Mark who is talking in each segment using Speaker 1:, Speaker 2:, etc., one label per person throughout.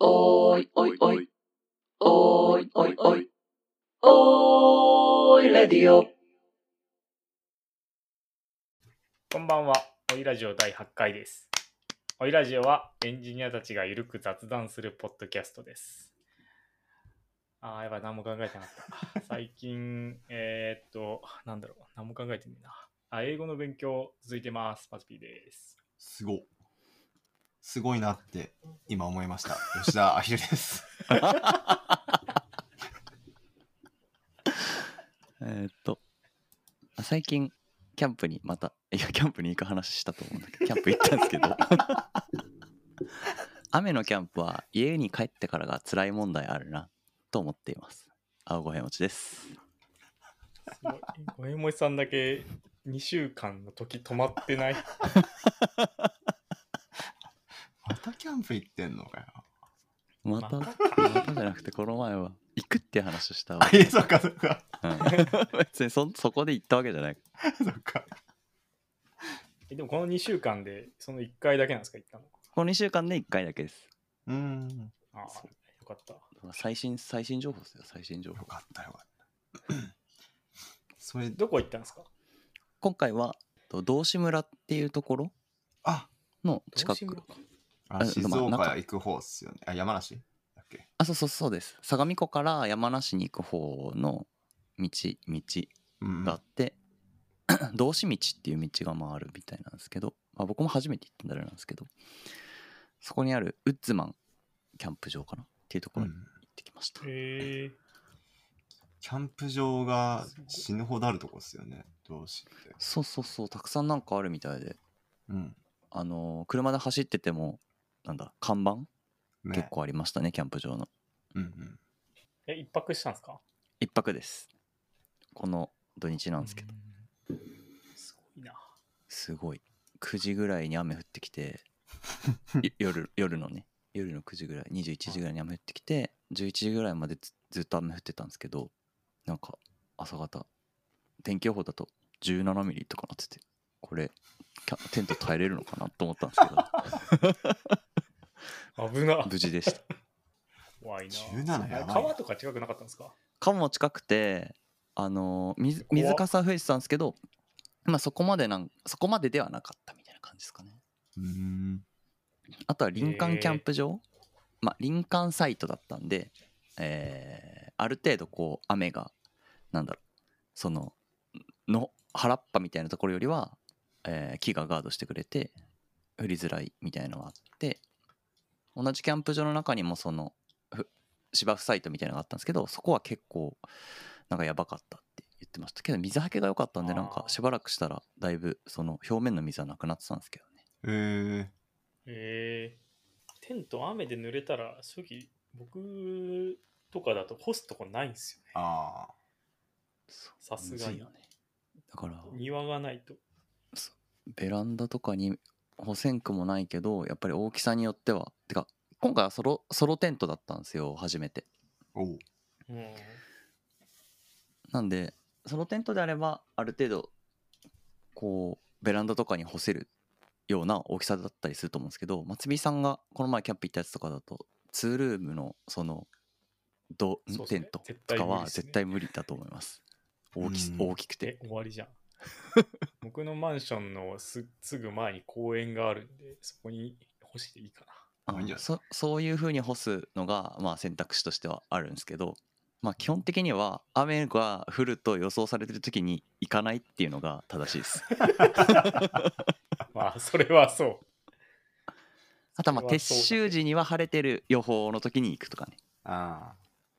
Speaker 1: おーいおいおい。おーいおいおい。おーいレディオ。
Speaker 2: こんばんは、おいラジオ第8回です。おいラジオはエンジニアたちがゆるく雑談するポッドキャストです。ああ、やばい、何も考えてなか った。最近、えーっと、なんだろう、何も考えてねえな。あ、英語の勉強続いてます。パズピーです。
Speaker 3: すご。すごいなって今思いました。吉田アヒルです。
Speaker 4: えーっと、あ最近、キャンプにまた、いや、キャンプに行く話したと思うんだけど、キャンプ行ったんで すけど、雨のキャンプは家に帰ってからが辛い問題あるな、と思っています。青ごへもちです。
Speaker 2: すごいごえもちさんだけ2週間の時止まってない。
Speaker 3: またキャンプ行ってんのかよ。
Speaker 4: また、
Speaker 2: ま
Speaker 4: ま
Speaker 2: た
Speaker 4: たじゃなくて、この前は、行くっていう話をした わ
Speaker 3: あ、。いや、そっかそっか。
Speaker 4: うん、 別にそ、そこで行ったわけじゃない。
Speaker 3: そっか。
Speaker 2: えでもこの2週間で、その1回だけなんですか、行ったの。
Speaker 4: この2週間で1回だけです。
Speaker 3: うーん。
Speaker 2: ああ、よかった。
Speaker 4: 最新、最新情報ですよ、最新情
Speaker 3: よ
Speaker 4: 報。
Speaker 3: かったよかった。それ、
Speaker 2: どこ行ったんですか
Speaker 4: 今回は、と道志村っていうところ
Speaker 3: あ、
Speaker 4: の近
Speaker 2: 道志村
Speaker 4: く
Speaker 2: か。
Speaker 3: あ
Speaker 4: あ
Speaker 3: 静
Speaker 4: まあなん
Speaker 3: 岡
Speaker 4: か
Speaker 3: 行く方っすよね。あ、山梨だっけ
Speaker 4: あ、そうそうそうです。相模湖から山梨に行く方の道、道
Speaker 3: うん
Speaker 4: があって、 道志道っていう道が回るみたいなんですけど、まあ、僕も初めて行ったんだあれなんですけど、そこにあるウッズマンキャンプ場かなっていうとこ
Speaker 3: う
Speaker 4: ろに行
Speaker 3: ん。
Speaker 4: ってきました。
Speaker 2: え
Speaker 3: キャンプ場が死ぬほどあるとこっすよね。どうして。
Speaker 4: そうそうそう、たくさんなんかあるみたいで、
Speaker 3: うん。
Speaker 4: あのー車で走ってても、なんだ、看板、
Speaker 3: ね、
Speaker 4: 結。構ありましたね、キャンプ場の。
Speaker 3: うんうん。
Speaker 2: ー、え、一泊したんですか
Speaker 4: 一泊です。この土日なんですけど、
Speaker 2: うん。すごいな。
Speaker 4: すごい9時ぐらいに雨降ってき てい夜夜のね夜の9時ぐらい21時ぐらいに雨降ってきて11時ぐらいまでずずっと雨降ってたんですけどなんか朝方天気予報だと17ミリとかなっててこれキャテント耐えれるのかなと思ったん ですけど
Speaker 2: 危な。
Speaker 4: 無事でした
Speaker 2: 怖いな。
Speaker 3: 17やばいな
Speaker 2: 川とか近くなかったんですか
Speaker 4: かも近くてあのー水
Speaker 2: 怖っ
Speaker 4: 水かさ増えてたんですけどまあそこまでなんそこまでではなかったみたいな感じですかね
Speaker 3: うーん。
Speaker 4: あとは林間キャンプ場、まあ、林間サイトだったんで、えーある程度こう雨がなんだろうそのの原っぱみたいなところよりは、えー木がガードしてくれて降りづらいみたいなのがあって同じキャンプ場の中にもそのふ芝生サイトみたいなのがあったんですけどそこは結構なんかやばかったって言ってましたけど水はけが良かったんでなんかしばらくしたらだいぶその表面の水はなくなってたんですけどね
Speaker 3: えー、
Speaker 2: えー、テント雨で濡れたら、正直、僕とかだと干すとこないんですよね。
Speaker 3: ああ。
Speaker 2: さすが
Speaker 4: むずい
Speaker 2: に
Speaker 4: よ。ねだから
Speaker 2: 庭がないと。
Speaker 4: ベランダとかに保線区もないけどやっぱり大きさによってはてか今回はソロソロテントだったんですよ初めて
Speaker 3: おう。
Speaker 2: うん。
Speaker 4: なんでソロテントであればある程度こうベランダとかに干せるような大きさだったりすると思うんですけど松見さんがこの前キャンプ行ったやつとかだとツールームのそのど
Speaker 2: そうっす
Speaker 4: テ
Speaker 2: ね
Speaker 4: ント
Speaker 2: 絶
Speaker 4: と
Speaker 2: 対
Speaker 4: か
Speaker 2: 無理
Speaker 4: は
Speaker 2: っすね
Speaker 4: 絶対無理だと思います大きす
Speaker 3: うん
Speaker 4: 大きくて
Speaker 2: え、終わりじゃん。 僕のマンションのすすぐ前に公園があるんで、そこに干していいか
Speaker 4: あ
Speaker 3: まあいいんじゃない
Speaker 4: そそういうふうに干すのが、まあ、選択肢としてはあるんですけど、まあ、基本的には雨が降ると予想されてる時に行かないっていうのが正しいです
Speaker 2: な。まあ、それはそう。
Speaker 4: あとはまあ
Speaker 2: それはそう
Speaker 4: 撤
Speaker 2: だね
Speaker 4: 収時には晴れてる予報の時に行くとかね
Speaker 3: ああ。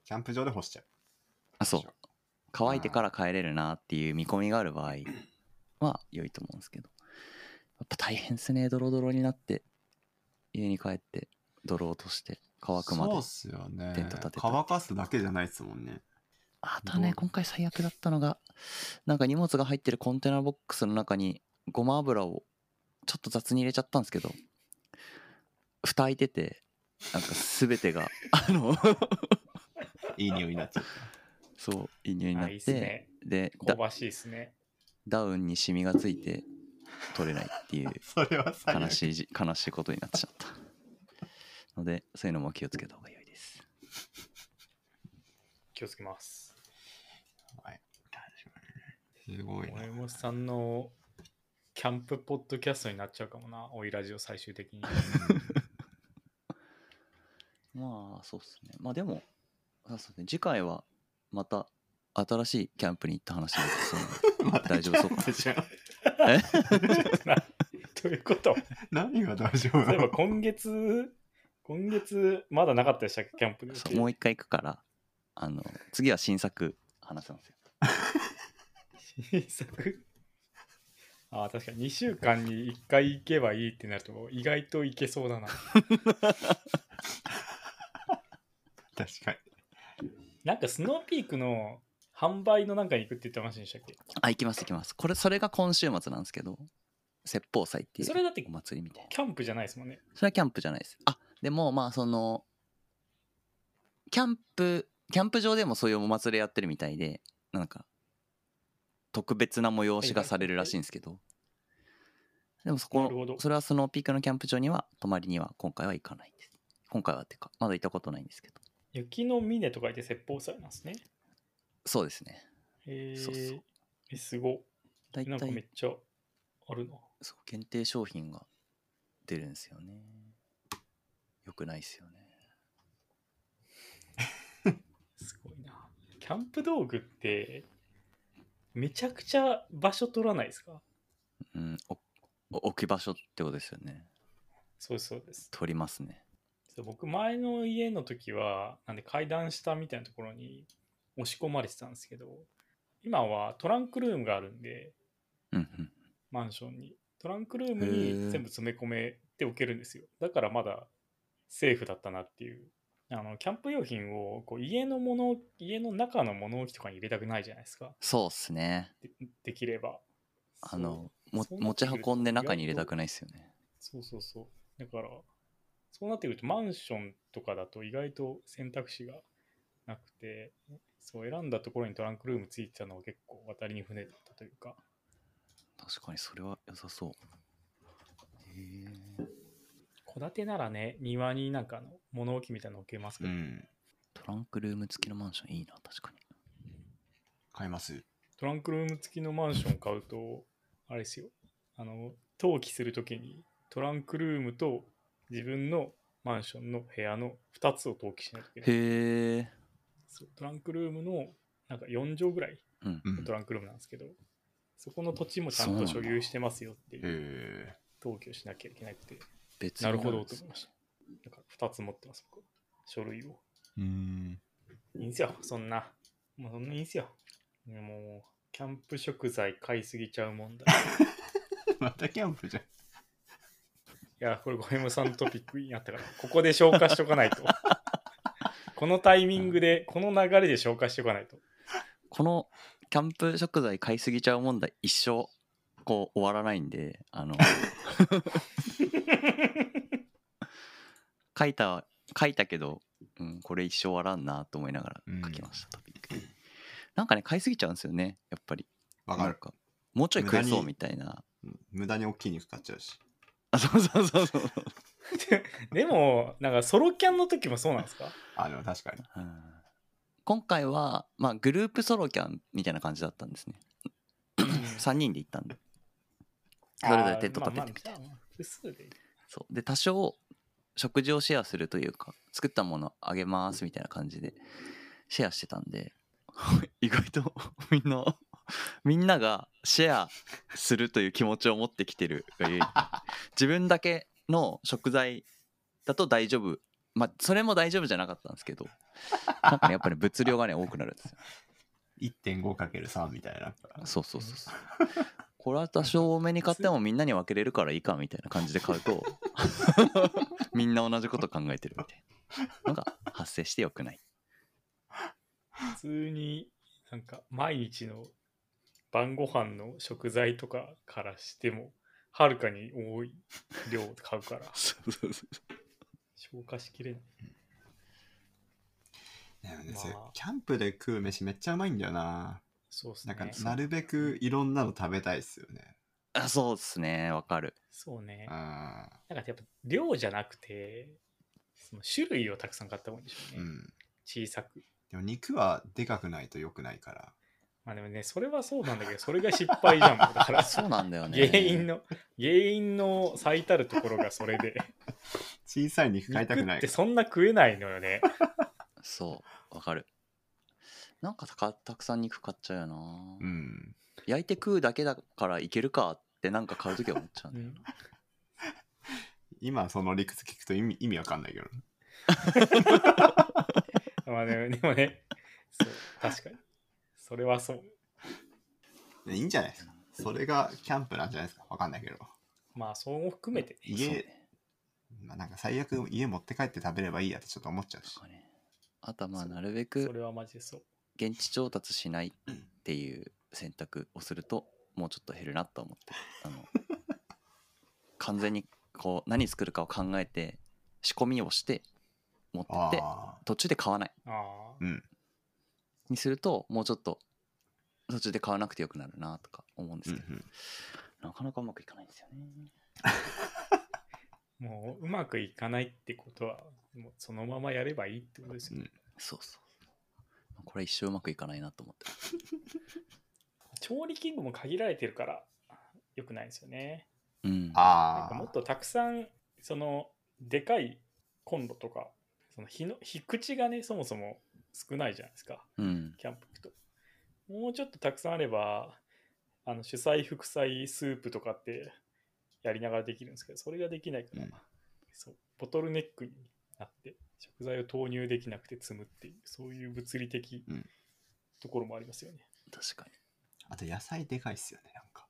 Speaker 3: キャンプ場で干しちゃう。
Speaker 4: あそう
Speaker 3: う。
Speaker 4: 乾いてから帰れるなっていう見込みがある場合は良いと思うんですけどやっぱ大変ですねドロドロになって家に帰って泥落として乾くまで
Speaker 3: そうっすよね
Speaker 4: テント立てた
Speaker 3: 乾かすだけじゃないですもんね
Speaker 4: あとね、今回最悪だったのが、なんか荷物が入ってるコンテナボックスの中に、ごま油をちょっと雑に入れちゃったんですけど、蓋開いてて、なんか全て が、あの、
Speaker 3: いい匂いになっちゃった
Speaker 4: そう、いい匂いにな
Speaker 2: あ
Speaker 4: っ
Speaker 2: いいっす
Speaker 4: て、
Speaker 2: ね。
Speaker 4: で
Speaker 2: 香
Speaker 4: ダ、
Speaker 2: ばしいですね。
Speaker 4: ダウンにシミがついて、取れないっていう
Speaker 3: それは最悪
Speaker 4: 悲しいじ、悲しいことになっちゃった。のでそういうのも気をつけた方が良いです
Speaker 2: 気をつけます。
Speaker 3: すごいな
Speaker 2: 萌。えもさんのキャンプポッドキャストになっちゃうかもな、おいラジオ最終的に。
Speaker 4: まあそうっすねまあでもあそうっすね次回はまた新しいキャンプに行った話になり そうなので大丈夫そうか
Speaker 3: 私は
Speaker 4: なえ
Speaker 2: ということ
Speaker 3: 何が大丈夫
Speaker 2: 例
Speaker 3: な
Speaker 2: えば
Speaker 3: の
Speaker 2: 今月、今月まだなかったでしたっけ、キャンプの予定
Speaker 4: そうもう一回行くからあの次は新作話せますよ
Speaker 2: 新作ああ、確かに2週間に1回行けばいいってなると、意外と行けそうだな。
Speaker 3: 確かに。
Speaker 2: なんかスノーピークの販売のなんかに行くって言ってませんでしたっけ
Speaker 4: あ行きます行きますこれそれが今週末なんですけど説法祭ってい
Speaker 2: それ
Speaker 4: う
Speaker 2: だって
Speaker 4: お祭りみたいな
Speaker 2: キャンプじゃないですもんね。
Speaker 4: それはキャンプじゃないですあでもまあそのキャンプキャンプ場でもそういうお祭りやってるみたいでなんか特別な催しがされるらしいんですけどでもそこ
Speaker 2: なるほど
Speaker 4: それはスノーピークのキャンプ場には泊まりには今回は行かないです今回はっていうかまだ行ったことないんですけど
Speaker 2: 雪の峰とか言って説法祭なんですね。
Speaker 4: そうですね
Speaker 2: えー、
Speaker 4: そうそう
Speaker 2: えすご。
Speaker 4: 大
Speaker 2: なんかめ
Speaker 4: 体
Speaker 2: っちゃあるな。
Speaker 4: そう限定商品が出るんですよねよくないですよね
Speaker 2: すごいな。キャンプ道具って、めちゃくちゃ場所取らないですか
Speaker 4: うんおお置き場所ってことですよね
Speaker 2: そうですそうです。
Speaker 4: 取りますね
Speaker 2: そう僕、前の家の時は、なんで階段下みたいなところに押し込まれてたんですけど、今はトランクルームがあるんで、
Speaker 4: うんうん
Speaker 2: マンションに。トランクルーム
Speaker 4: へ
Speaker 2: に
Speaker 4: ー
Speaker 2: 全部詰め込めておけるんですよ。だからまだセーフだったなっていう。あのキャンプ用品をこう家のもの家の中の物置とかに入れたくないじゃないですか
Speaker 4: そうっすね
Speaker 2: でできれば
Speaker 4: あのも
Speaker 2: そうなっ
Speaker 4: 持
Speaker 2: て
Speaker 4: ち
Speaker 2: くると
Speaker 4: 運んで中に入れ
Speaker 2: 意外
Speaker 4: た
Speaker 2: と
Speaker 4: くないですよね
Speaker 2: そうそうそう。だから、そうなってくると、マンションとかだと意外と選択肢がなくて、そう選んだところにトランクルームついてたのは結構渡りに船だったというか、
Speaker 4: 確かにそれは良さそうへえ
Speaker 2: 戸建てならね、庭になんかあの物置みたいなの置けますけ
Speaker 3: う
Speaker 2: ど、
Speaker 3: ん。
Speaker 4: トランクルーム付きのマンションいいな確かに
Speaker 3: 買います。
Speaker 2: トランクルーム付きのマンション買うと、あれですよ、あの、登記するときにトランクルームと自分のマンションの部屋の2つを登記しないといけない。
Speaker 4: へえ
Speaker 2: そうトランクルームのなんか4畳ぐらい
Speaker 4: うん
Speaker 3: うん
Speaker 2: ト。ランクルームなんですけど、そこの土地もちゃんと所有してますよっていう
Speaker 3: え
Speaker 2: 登記をしなきゃいけなくて、
Speaker 4: 別に
Speaker 2: なるほ
Speaker 4: な
Speaker 2: ど
Speaker 4: ん
Speaker 2: と
Speaker 4: です
Speaker 2: 思いました。だから2つ持ってます、僕。書類を。
Speaker 3: ー、うん。
Speaker 2: いいんすよ、そんな。もうそんないいんすよ。もう、キャンプ食材買いすぎちゃうもんだ。 い
Speaker 3: またキャンプじゃん。
Speaker 2: や、これ、ゴエムさんのトピックになったから、ここで消化しとかないと。 このタイミングで、この流れで消化しとかないと。
Speaker 4: このキャンプ食材買いすぎちゃう問題一生こう終わらないんであの書いた書いたけど、うん、これ一生終わらんなと思いながら書きました、トピックなんかね買いすぎちゃうんですよねやっぱり
Speaker 3: わか
Speaker 4: なん
Speaker 3: る。
Speaker 4: かもうちょい食え
Speaker 3: 無駄
Speaker 4: そう
Speaker 3: に
Speaker 4: みたいな
Speaker 3: うん無駄に大きい肉買っちゃうし。
Speaker 4: あそう そうそうそう、
Speaker 2: でも、なんか、ソロキャンの時もそうなんですか
Speaker 3: あ、でも確かに。
Speaker 4: うん今回は、まあ、グループソロキャンみたいな感じだったん ですね3人で行ったんでそれぞれテント立ててみたいな
Speaker 2: あーまあまあ複数で
Speaker 4: そうで多少食事をシェアするというか作ったものあげますみたいな感じでシェアしてたんで 意外とみんなみんながシェアするという気持ちを持ってきてるがゆえ に自分だけの食材だと大丈夫まあそれも大丈夫じゃなかったんですけどなんかねやっぱり物量がね多くなるんですよ
Speaker 3: 1.5×3 みたいな。
Speaker 4: そうそうそうそうこれは多少多めに買ってもみんなに分けれるからいいかみたいな感じで買う とみんな同じこと考えてるみたいなのが発生してよくない
Speaker 2: 普通になんか毎日の晩ご飯の食材とかからしてもはるかに多い量を買うから
Speaker 4: そうそうそう
Speaker 2: 消化しきれない
Speaker 3: でもね、
Speaker 2: まあ
Speaker 3: それキャンプで食う飯めっちゃうまいんだよな。
Speaker 2: そうっす
Speaker 3: な
Speaker 2: ね
Speaker 3: んか、なるべくいろんなの食べたいっすよね。
Speaker 4: あそうっすねわかる
Speaker 2: そうね
Speaker 3: あ
Speaker 2: なんかやっぱ量じゃなくてその種類をたくさん買った方がいいんでしょう
Speaker 3: う
Speaker 2: ね。
Speaker 3: ん。
Speaker 2: 小さく。
Speaker 3: でも肉はでかくないと良くないから。
Speaker 2: まあでもね、それはそうなんだけど、それが失敗じ ゃん。もうだから、
Speaker 4: そうなんだよね
Speaker 2: 原因の、原因の最たるところがそれで。
Speaker 3: 小さい肉買いたく
Speaker 2: 肉
Speaker 3: な
Speaker 2: っ
Speaker 3: い
Speaker 2: て。そんな食えないのよね。
Speaker 4: そうわかるなんかたかたくさん肉買っちゃうよな、
Speaker 3: うん。
Speaker 4: 焼いて食うだけだからいけるかってなんか買う時は思っちゃう
Speaker 2: う
Speaker 4: ね
Speaker 2: ん
Speaker 3: 今その理屈聞くと意味意味わかんないけど。
Speaker 2: まあでもでもね、 そう、確かに。それはそう。
Speaker 3: いいんじゃないですか。それがキャンプなんじゃないですか。わかんないけど。
Speaker 2: まあ、それも含めてね。
Speaker 4: そう
Speaker 3: 家、
Speaker 4: ね
Speaker 3: まあ、なんか最悪家持って帰って食べればいいやってちょっと思っちゃう
Speaker 4: なん
Speaker 3: し
Speaker 4: か。ねあとはまあ
Speaker 2: そう
Speaker 4: なるべ
Speaker 2: そ
Speaker 4: く
Speaker 2: れはマジでそう。
Speaker 4: 現地調達しないっていう選択をするともうちょっと減るなと思ってあの 完全にこう何作るかを考えて仕込みをして持ってって
Speaker 3: ああ。
Speaker 4: 途中で買わない
Speaker 2: ああ。
Speaker 3: うん。
Speaker 4: にするともうちょっと途中で買わなくてよくなるなとか思うんで
Speaker 3: うん
Speaker 4: す
Speaker 3: う
Speaker 4: けど、
Speaker 3: ん、
Speaker 4: なかなかうまくいかないんですよね
Speaker 2: もう、うまくいかないってことは、もうそのままやればいいってことですよね。
Speaker 4: そうそうこれ一生うまくいかないなと思ってます
Speaker 2: 調理器具も限られてるからよくないですよね。
Speaker 4: う
Speaker 2: な
Speaker 4: ん
Speaker 2: ん
Speaker 3: あ
Speaker 2: かもっ
Speaker 3: あ。
Speaker 2: とたくさんそのでかいコンロとかその火の火口がねそもそも少ないじゃないですか
Speaker 4: うん
Speaker 2: キャンプ行くと。もうちょっとたくさんあればあの主菜副菜スープとかってやりながらできるんですけどそれができないから、
Speaker 3: うん
Speaker 2: そうボトルネックになって食材を投入できなくて積むっていうそういう物理的
Speaker 3: うん
Speaker 2: ところもありますよね。
Speaker 4: 確か
Speaker 3: あと野菜でかいっすよね。なんか。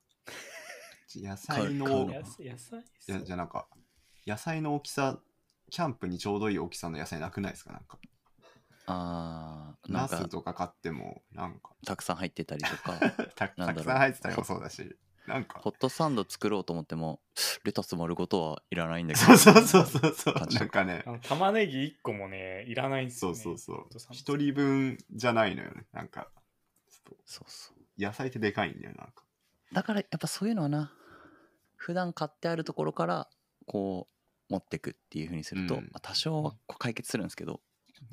Speaker 3: 野
Speaker 4: 買
Speaker 3: 菜
Speaker 4: う
Speaker 3: の
Speaker 4: 買うの
Speaker 2: やす野菜
Speaker 3: いやじゃあなんか野菜の大きさキャンプにちょうどいい大きさの野菜なくないですかなんか
Speaker 4: にああな
Speaker 3: ナ
Speaker 4: んか
Speaker 3: スとか買ってもなんか
Speaker 4: たくさん入ってたりとか
Speaker 3: た
Speaker 4: な
Speaker 3: た
Speaker 4: んだろう
Speaker 3: くさん入ってたりもそうだしなんか
Speaker 4: ホットサンド作ろうと思ってもレタス丸ごとはいらないんだけ
Speaker 3: そ
Speaker 4: ど
Speaker 3: うそうそうそうそう
Speaker 4: 感じ
Speaker 3: なんかね
Speaker 2: あの玉ねぎ1個もね、いらないんです
Speaker 3: そ
Speaker 2: よ、
Speaker 3: う
Speaker 2: ね。
Speaker 3: そうそう
Speaker 2: ホットサンド
Speaker 3: 一人分じゃないのよねなんかちょっ
Speaker 4: そうそう
Speaker 3: と野菜ってでかいんだよな んか
Speaker 4: だからやっぱそういうのはな普段買ってあるところからこう持ってくっていう風にすると、
Speaker 3: うん
Speaker 4: まあ多少はこう解決するんですけど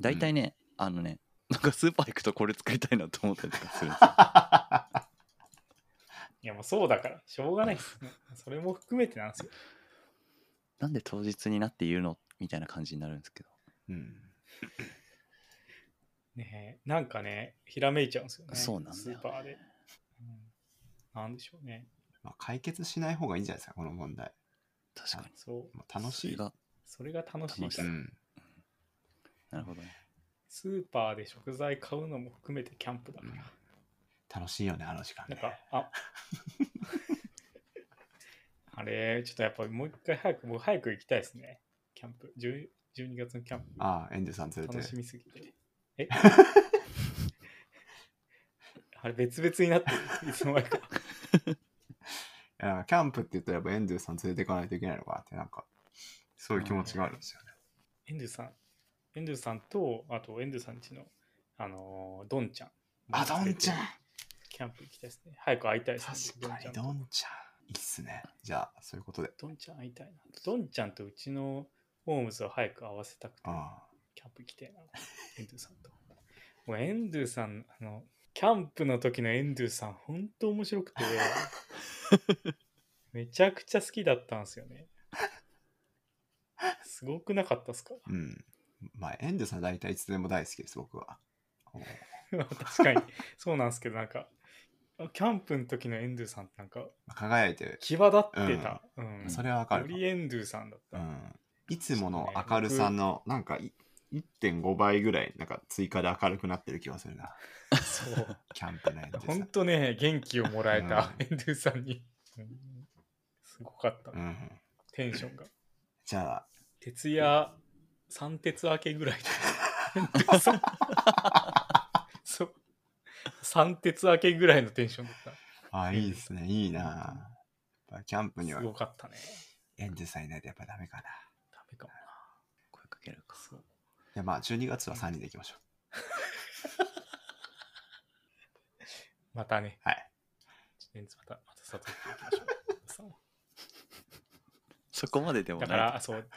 Speaker 4: 大体ね、あのねなんかスーパー行くとこれ作りたいなと思ったりとかするんです よ
Speaker 2: いや、もうそうだから、しょうがないです、ね。それも含めてなんですよ。
Speaker 4: なんで当日になって言うのみたいな感じになるんですけど
Speaker 3: うん
Speaker 2: ねえなんかね、ひらめいちゃうんですよね。
Speaker 4: そうなん
Speaker 2: ス
Speaker 4: だよね
Speaker 2: ーパーで。うん、なんでしょうね。
Speaker 3: まあ、解決しない方がいいんじゃないですかこの問題、
Speaker 4: 確かに
Speaker 2: そう。
Speaker 3: まあ、楽
Speaker 4: そ
Speaker 3: し
Speaker 4: れ
Speaker 3: い
Speaker 4: が
Speaker 2: それが楽しい
Speaker 4: 楽し
Speaker 2: か
Speaker 3: う
Speaker 2: ら。
Speaker 3: ん
Speaker 4: なるほどね
Speaker 2: スーパーで食材買うのも含めてキャンプだから。
Speaker 3: 楽しいよねあの時間
Speaker 2: な
Speaker 3: ね
Speaker 2: んか、あ あれ、ちょっとやっぱりもう一回早く、もう早く行きたいですね。キャンプ。10 12月のキャンプ。
Speaker 3: ああエンジェルさん連れ
Speaker 2: 楽してみすぎて。え あれ、別々になってる。いつの間にか。
Speaker 3: いやキャンプって言ったらやっぱエンジェルさん連れていかないといけないのかなってなんかそういう気持ちがあるんですよね
Speaker 2: エンドゥさん、エンドゥさんと、あとエンドゥさんちの、あのードンちゃん。
Speaker 3: あどんちゃん
Speaker 2: キャンプ行きたいですね。早く会いたいです
Speaker 3: 確
Speaker 2: ね。
Speaker 3: かに
Speaker 2: ド
Speaker 3: ど
Speaker 2: ンちゃんと。
Speaker 3: んちゃんいいっすねじゃあそういうことで
Speaker 2: ドンちゃん会いたいな。ドンちゃんとうちのホームズを早く合わせたくて、
Speaker 3: あ
Speaker 2: キャンプ行きたいな。エンドゥさんと。もうエンドゥさん、あの、キャンプの時のエンドゥさん、ほんと面白 くて、めちゃくちゃ好きだったんですよね。すごくなかったですか
Speaker 3: あうんまあエンジェルさん大体いつでも大好きです僕はおう
Speaker 2: まあ確かにそうなんですけどなんかキャンプの時のエンドゥさんってなんか
Speaker 3: 輝いてる、
Speaker 2: 際立ってた、うん
Speaker 3: それはわか
Speaker 2: よ
Speaker 3: る
Speaker 2: りエンドゥさんだっ
Speaker 3: う
Speaker 2: た、
Speaker 3: んいつもの明るさのなんかい1.5倍ぐらいなんか追加で明るくなってる気がするな
Speaker 2: そう
Speaker 3: キャンプのエンジェルさ
Speaker 2: ほんとね元気をもらえた、エンドゥさんに、うんすごかった、
Speaker 3: ん、うん、
Speaker 2: テンションが
Speaker 3: じゃあ
Speaker 2: 徹夜三徹明けぐらいでエンドゥさんそう三徹明けぐらいのテンションだった
Speaker 3: あいいですねいいなやっぱキャンプには
Speaker 2: すごかったね
Speaker 3: エンジェルさんいないとやっぱダメかない
Speaker 2: ダメかもな
Speaker 4: 声かけるか
Speaker 2: そう
Speaker 3: やまあ12月は3人で行きましょう
Speaker 2: またね
Speaker 3: はい
Speaker 2: またまた誘っていきましょうそう
Speaker 4: そこまででもな
Speaker 2: だ
Speaker 4: い
Speaker 2: から、そう。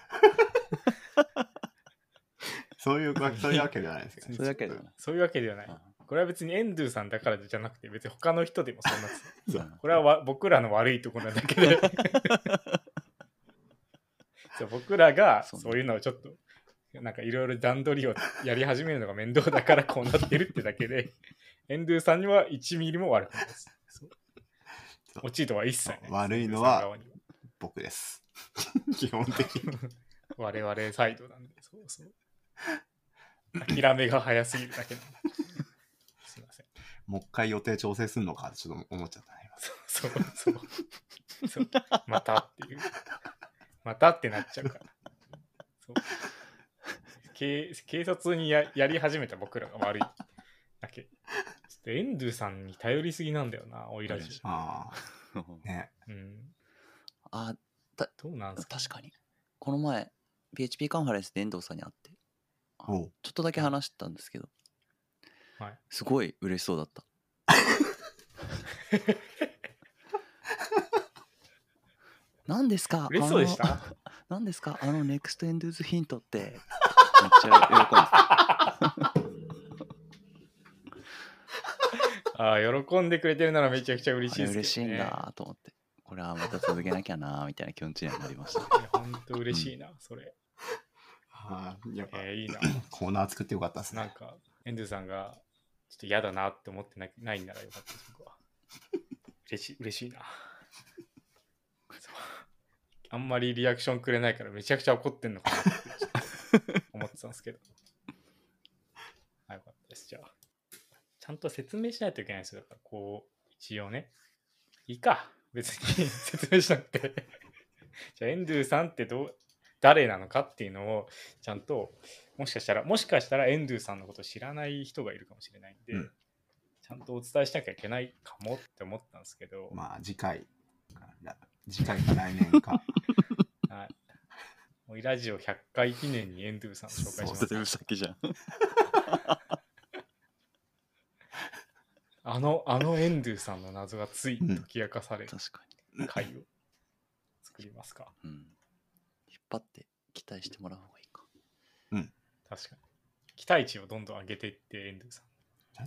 Speaker 3: そういうわそういうわけじゃないですけど、
Speaker 4: そういうわけではない。
Speaker 2: そういうわけではない。これは別にエンドゥさんだからじゃなくて、別に他の人でもそんなつ。
Speaker 3: そう
Speaker 2: これはわ僕らの悪いところなだけ で。そう僕らが
Speaker 4: そうね
Speaker 2: そういうのをちょっと、なんかいろいろ段取りをやり始めるのが面倒だからこうなってるってだけ で、エンドゥさんには1ミリも悪くないです。そう
Speaker 3: そう
Speaker 2: 落ち度は一切ないです。
Speaker 3: 悪いのは
Speaker 2: エンドゥさん側に
Speaker 3: 僕です。 基本的に。
Speaker 2: 我々サイドなんで、そうそう。諦めが早すぎるだけなんで。すいません。
Speaker 3: もう一回予定調整するのかってちょっと思っちゃったね。
Speaker 2: そうそうそう。そうまたっていう。またってなっちゃうから。そう警警察にややり始めた僕らが悪いだけ。ちょっとエンドゥさんに頼りすぎなんだよな、オイラジ。
Speaker 3: ああ、ね。
Speaker 2: うん。
Speaker 4: あ
Speaker 2: どうなんすか
Speaker 4: 確かにこの前 PHP カンファレンスで遠藤さんに会って
Speaker 3: おう
Speaker 4: ちょっとだけ話したんですけど、
Speaker 2: はい
Speaker 4: すごい嬉しそうだ った何ですか
Speaker 2: 嬉しそうでし
Speaker 4: あの
Speaker 2: た
Speaker 4: 何ですかあのネクストエンドゥーズヒントってめっちゃ喜んでた
Speaker 2: ああ、喜んでくれてるならめちゃくちゃ 嬉
Speaker 4: あ
Speaker 2: しい
Speaker 4: れ
Speaker 2: ですけど、ね。
Speaker 4: 嬉しいん。だと思ってこれはまた続けなきゃなみたいな気持ちにはなり ました
Speaker 2: 本当嬉しいな、それ。
Speaker 3: ああ、やっぱ、
Speaker 2: えーいいな。
Speaker 3: コーナー作ってよかったです
Speaker 2: なん
Speaker 3: ね。
Speaker 2: か、エンドゥさんが、ちょっと嫌だなって思ってなないんならよかったです、僕は。 嬉しい、嬉しいな。 そうあんまりリアクションくれないから、めちゃくちゃ怒ってんのかなってちょっと思ってたんですけど。 あ、よかったです、じゃあ。ちゃんと説明しないといけないですよ。だから、こう、一応ね。いいか、別に 説明しなくて。じゃあ、エンドゥさんってどう、誰なのかっていうのを、ちゃんと、もしかしたら、もしかしたらエンドゥさんのこと知らない人がいるかもしれないんで、
Speaker 3: うん
Speaker 2: ちゃんとお伝えしなきゃいけないかもって思ったんですけど、
Speaker 3: まあ、次回から、次回か来 年か。
Speaker 2: はい。もうラジオ100回記念にエンドゥさんを紹介します。
Speaker 4: き じゃん
Speaker 2: あの、あのエンドゥさんの謎がつい
Speaker 3: うん
Speaker 2: 解き明かされる
Speaker 4: 確か
Speaker 2: 回を作りますか。
Speaker 4: に、うん、引っ張って期待してもらう方がいいか
Speaker 2: 確かに。期待値をどんどん上げていって、エンドゥさん。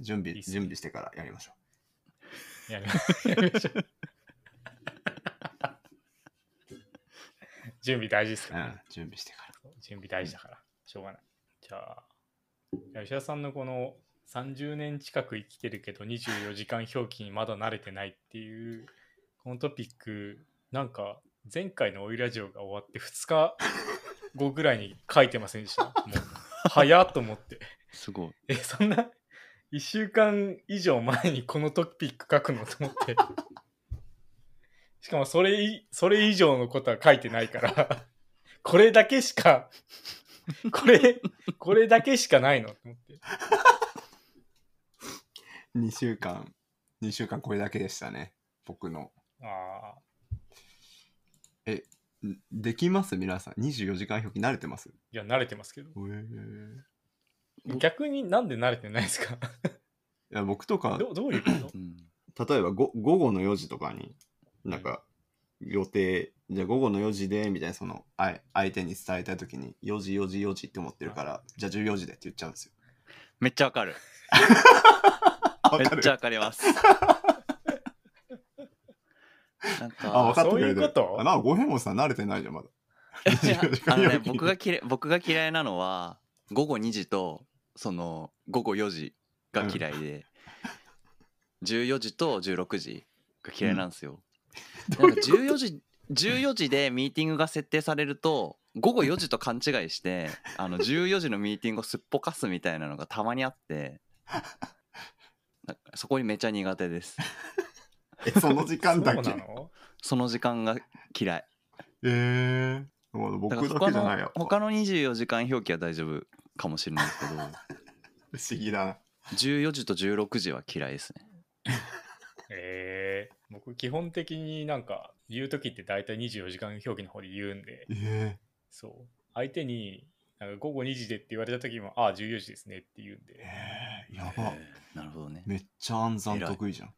Speaker 3: じゃあ準
Speaker 2: いいっ
Speaker 3: 備、
Speaker 2: すね
Speaker 3: 準備してからやりましょ
Speaker 2: やりまやりましょう。準備大事です
Speaker 3: う。う
Speaker 2: からね
Speaker 3: ん、準備してから。
Speaker 2: 準備大事だから、しょうがない。じゃあ、吉田さんのこの30年近く生きてるけど24時間表記にまだ慣れてないっていう、このトピック、なんか前回のオイラジオが終わって2日後ぐらいに書いてませんでした。もう、早っと思って。
Speaker 4: すごい
Speaker 2: え、そんな、1週間以上前にこのトピック書くのと思って。しかもそれい、それ以上のことは書いてないから、これだけしか、これ、これだけしかないのと思って。
Speaker 3: 2週間、2週間これだけでしたね。僕の。
Speaker 2: ああ、
Speaker 3: んできます皆さん。24時間表記慣れてます
Speaker 2: いや、慣れてますけど。
Speaker 3: えー
Speaker 4: 僕
Speaker 2: 逆になんで慣れてないですか
Speaker 3: いや僕とか、
Speaker 2: どどういうこ
Speaker 4: うん
Speaker 3: 例えばご午後の4時とかになんか予定じゃあ午後の4時でみたいなそのあい相手に伝えたい時に4時4時4時って思ってるからじゃあ14時でって言っちゃうんですよ。
Speaker 4: めっちゃわかる
Speaker 3: わ
Speaker 4: め
Speaker 3: か
Speaker 4: っち
Speaker 3: る
Speaker 4: ゃわかりますな
Speaker 3: あ
Speaker 4: んか
Speaker 3: 分かってく
Speaker 2: そう
Speaker 3: れてる
Speaker 2: いうこと
Speaker 3: あなんか五平門さん慣れてないじゃんまだ。
Speaker 4: いや
Speaker 3: 24時
Speaker 4: あ
Speaker 3: 間
Speaker 4: の
Speaker 3: よ
Speaker 4: ね
Speaker 3: り
Speaker 4: 僕がきれ僕が嫌いなのは午後2時とその午後4時が嫌いで、14時と16時が嫌いなんですよ、
Speaker 3: どう
Speaker 4: なんか14時14時でミーティングが設定されると午後4時と勘違いしてあの14時のミーティングをすっぽかすみたいなのがたまにあってなんかそこにめちゃ苦手です
Speaker 3: えその時間
Speaker 2: と
Speaker 3: だ
Speaker 2: そう
Speaker 3: け
Speaker 2: な。の
Speaker 4: その時間が嫌い
Speaker 3: えー、まだ僕
Speaker 4: だから
Speaker 3: だけじゃない
Speaker 4: 他の
Speaker 3: よ。
Speaker 4: 他の24時間表記は大丈夫かもしれないですけ
Speaker 3: 不
Speaker 4: ど
Speaker 3: 思議だな。
Speaker 4: 14時と16時は嫌いですね
Speaker 2: えー、僕基本的になんか言う時って大体24時間表記の方で言うんで、
Speaker 3: え
Speaker 2: そう。相手に、なんか午後2時でって言われた時も、ああ、14時ですねって言うん
Speaker 3: ー、
Speaker 2: で、
Speaker 3: えー、やば。
Speaker 4: なるほどね
Speaker 3: めっちゃ暗算得意じゃん。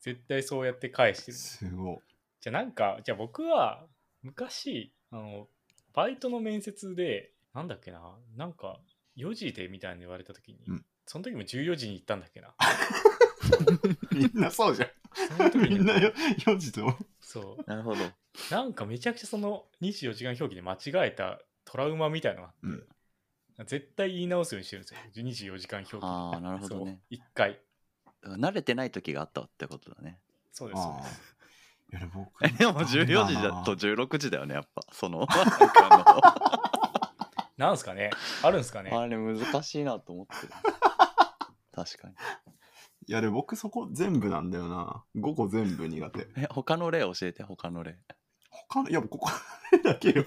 Speaker 2: 絶対そうやって返してる。
Speaker 3: すごい。
Speaker 2: じゃあなんか、じゃあ僕は、昔、あの、バイトの面接で、なんだっけな、なんか、 4時でみたいに言われた時に、
Speaker 3: うん
Speaker 2: その時も14時に行ったんだっけな
Speaker 3: みんな そうじゃ
Speaker 2: その時
Speaker 3: ん。み
Speaker 2: に
Speaker 3: んなよ4時と。
Speaker 2: そう
Speaker 4: なるほど。
Speaker 2: なんかめちゃくちゃその24時間表記で間違えたトラウマみたいなのがあって、絶対言い直すようにしてるんですよ24時間表記
Speaker 4: ああ、なるほど
Speaker 2: そう
Speaker 4: ね。
Speaker 2: 一回
Speaker 4: 慣れてない時があったってことだね。
Speaker 2: そうですそう
Speaker 3: あ
Speaker 2: で
Speaker 3: あ
Speaker 2: す。
Speaker 3: いやでも僕
Speaker 4: えでも14時
Speaker 3: ダメ
Speaker 4: だ
Speaker 3: な
Speaker 4: と16時だよねやっぱそ のあ
Speaker 2: なんすかねあるんすかね
Speaker 4: のあれ難しいなと思ってる確かに
Speaker 3: いやでも僕そこ全部なんだよな。5個全部苦手。
Speaker 4: え他の例教えて他の例
Speaker 3: 他の、いやここだけよ。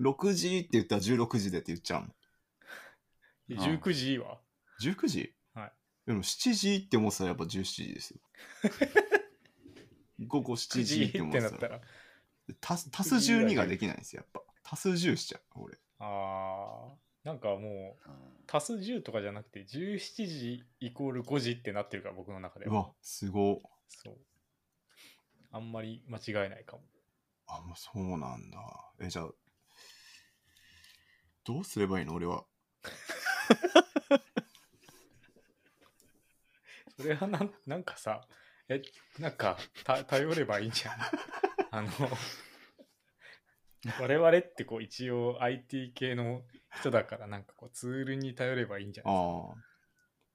Speaker 3: 6時って言ったら16時でって言っちゃうもん。
Speaker 2: 19時は
Speaker 3: 19時
Speaker 2: はい。
Speaker 3: でも7時って思ってたらやっぱ17 時ですよ。午後
Speaker 2: 9
Speaker 3: 7
Speaker 2: 時
Speaker 3: 時って
Speaker 2: っ
Speaker 3: 思
Speaker 2: て
Speaker 3: って
Speaker 2: なったた
Speaker 3: ら。
Speaker 2: ら
Speaker 3: 足す足す12ができないんですよ、やっぱ。足す10しちゃう、俺。
Speaker 2: あーなんかもう足す10とかじゃなくて17時イコール5時ってなってるから僕の中で
Speaker 3: う
Speaker 2: は
Speaker 3: わ、すご。
Speaker 2: そうあんまり間違えないかも
Speaker 3: あ、もうそうなんだ。え、じゃあ、どうすればいいの俺は。
Speaker 2: それはなん なんかさえなんかた頼ればいいんじゃんあ の我々ってこう一応 IT 系の人だからなんかこうツールに頼ればいいんじゃない
Speaker 3: ああ。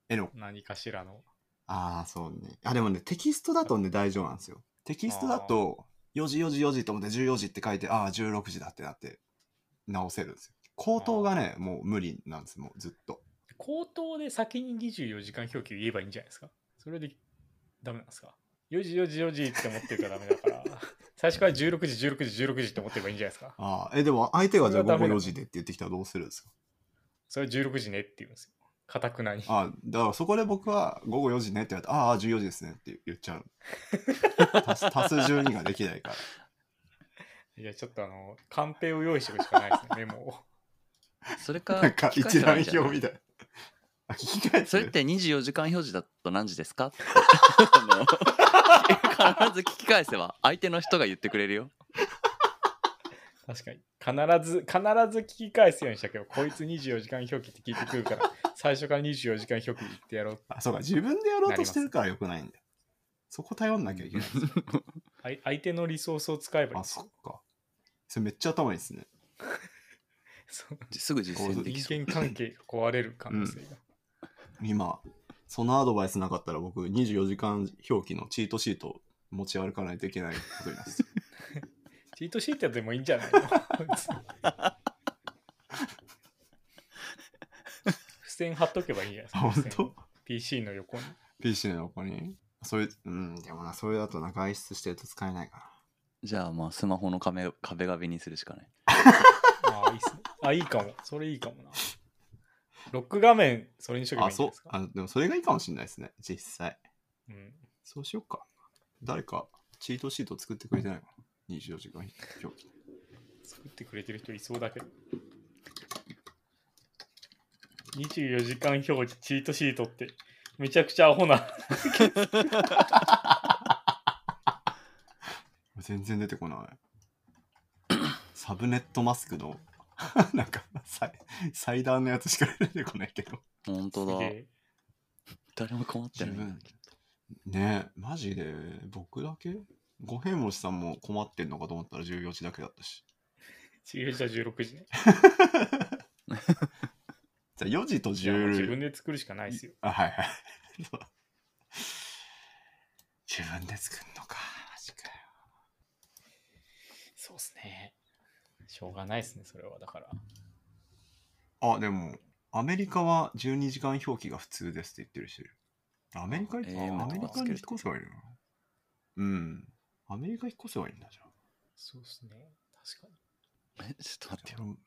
Speaker 3: え、でも、
Speaker 2: 何かしらの
Speaker 3: ああ、そうね。あ、でもね、テキストだとね、大丈夫なんですよ。テキストだと、4時、4時、4時と思って14時って書いて、ああ、16時だってなって、直せるんですよ。口頭がね、もう無理なんです、もうずっと。
Speaker 2: 口頭で先に24時間表記言えばいいんじゃないですかそれでダメなんですか4時4時4時って思ってるからダメだから最初から16時16時16時って思ってればいいんじゃないですか
Speaker 3: ああ、え、でも相手がじゃ
Speaker 2: それ
Speaker 3: あ午
Speaker 2: はダ
Speaker 3: 後
Speaker 2: メだ
Speaker 3: 4時でって言ってきたらどうするんですか
Speaker 2: それ16時ねって言うんですよかたくなに
Speaker 3: ああ、だからそこで僕は午後4時ねって言われて、ああ、14時ですねって言っちゃう。 足す足す12ができないから。
Speaker 2: いやちょっとあのカンペを用意しておくしかないですねメモを
Speaker 4: それか
Speaker 3: なんか
Speaker 4: 聞
Speaker 3: 一覧
Speaker 4: 換
Speaker 3: 表
Speaker 4: えたらいいん
Speaker 3: み
Speaker 4: じ
Speaker 3: た
Speaker 4: ゃない
Speaker 3: な。あ、聞き換えて
Speaker 4: それって24時間表示だと何時ですかってあの必ず聞き返せば相手の人が言ってくれるよ
Speaker 2: 確かに必ず必ず聞き返すようにしたけどこいつ24時間表記って聞いてくるから最初から24時間表記言ってやろう
Speaker 3: あ、そうか、自分でやろうとしてるからよくないんだよ。そこ頼んなきゃいけないんですよ。
Speaker 2: あい相手のリソースを使えばいい
Speaker 3: あ、そっか。それめっちゃ頭いいですね。
Speaker 2: そう
Speaker 4: すぐ実践できそ
Speaker 2: 人
Speaker 4: う
Speaker 2: 間関係が壊れる可能性が、
Speaker 3: 今、そのアドバイスなかったら僕24時間表記のチートシートを持ち歩かないといけないことになる。
Speaker 2: チートシートでもいいんじゃ ないの付箋貼っとけばいいんじゃないですか
Speaker 3: あ、本
Speaker 2: 付箋
Speaker 3: 当
Speaker 2: を PC の横に
Speaker 3: ?PC の横に。それ、うん、でもな、それだとな、外出してると使えないか
Speaker 4: じゃあまあスマホの壁壁紙にするしかない
Speaker 2: ああいいっすねあいいかもそれいいかもなロック画面それにしとけ
Speaker 3: ら。
Speaker 2: ばい
Speaker 3: あ、
Speaker 2: いんじゃないうです。か
Speaker 3: そあでもそれがいいかもしれないですね、実際。
Speaker 2: うん、
Speaker 3: そうしようか。誰か、チートシート作ってくれてないかな ?24 時間表記。
Speaker 2: 作ってくれてる人いそうだけど24時間表示チートシートってめちゃくちゃアホな
Speaker 3: 全然出てこ ない。サブネットマスクの、 なんか最、最短のやつしか出てこないけど。
Speaker 4: 本当
Speaker 2: す
Speaker 4: だ
Speaker 2: げえ
Speaker 4: 誰も困って
Speaker 3: 自
Speaker 4: ない
Speaker 3: 分。ねえ、マジで、僕だけ五平餅さんも困ってんのかと思ったら14時だけだったし。
Speaker 2: 14時は16時ね
Speaker 3: じゃあ4時と
Speaker 2: いやもう自
Speaker 3: 10
Speaker 2: 分。で作るしかないですよ
Speaker 3: あ、はいはい。 そう自分で作るのか。マジかよ。
Speaker 2: そうっすねしょうがないっすねそれはだから
Speaker 3: あ、でも、アメリカは12時間表記が普通ですって言ってる人いる。アメリカ行っ
Speaker 4: えー
Speaker 3: アメリ
Speaker 4: また
Speaker 3: カに引っ越せばいいのかなうん。アメリカ引っ越せばいいんだじゃあ。
Speaker 2: そうっすね確かに
Speaker 4: えちょっと待ってよ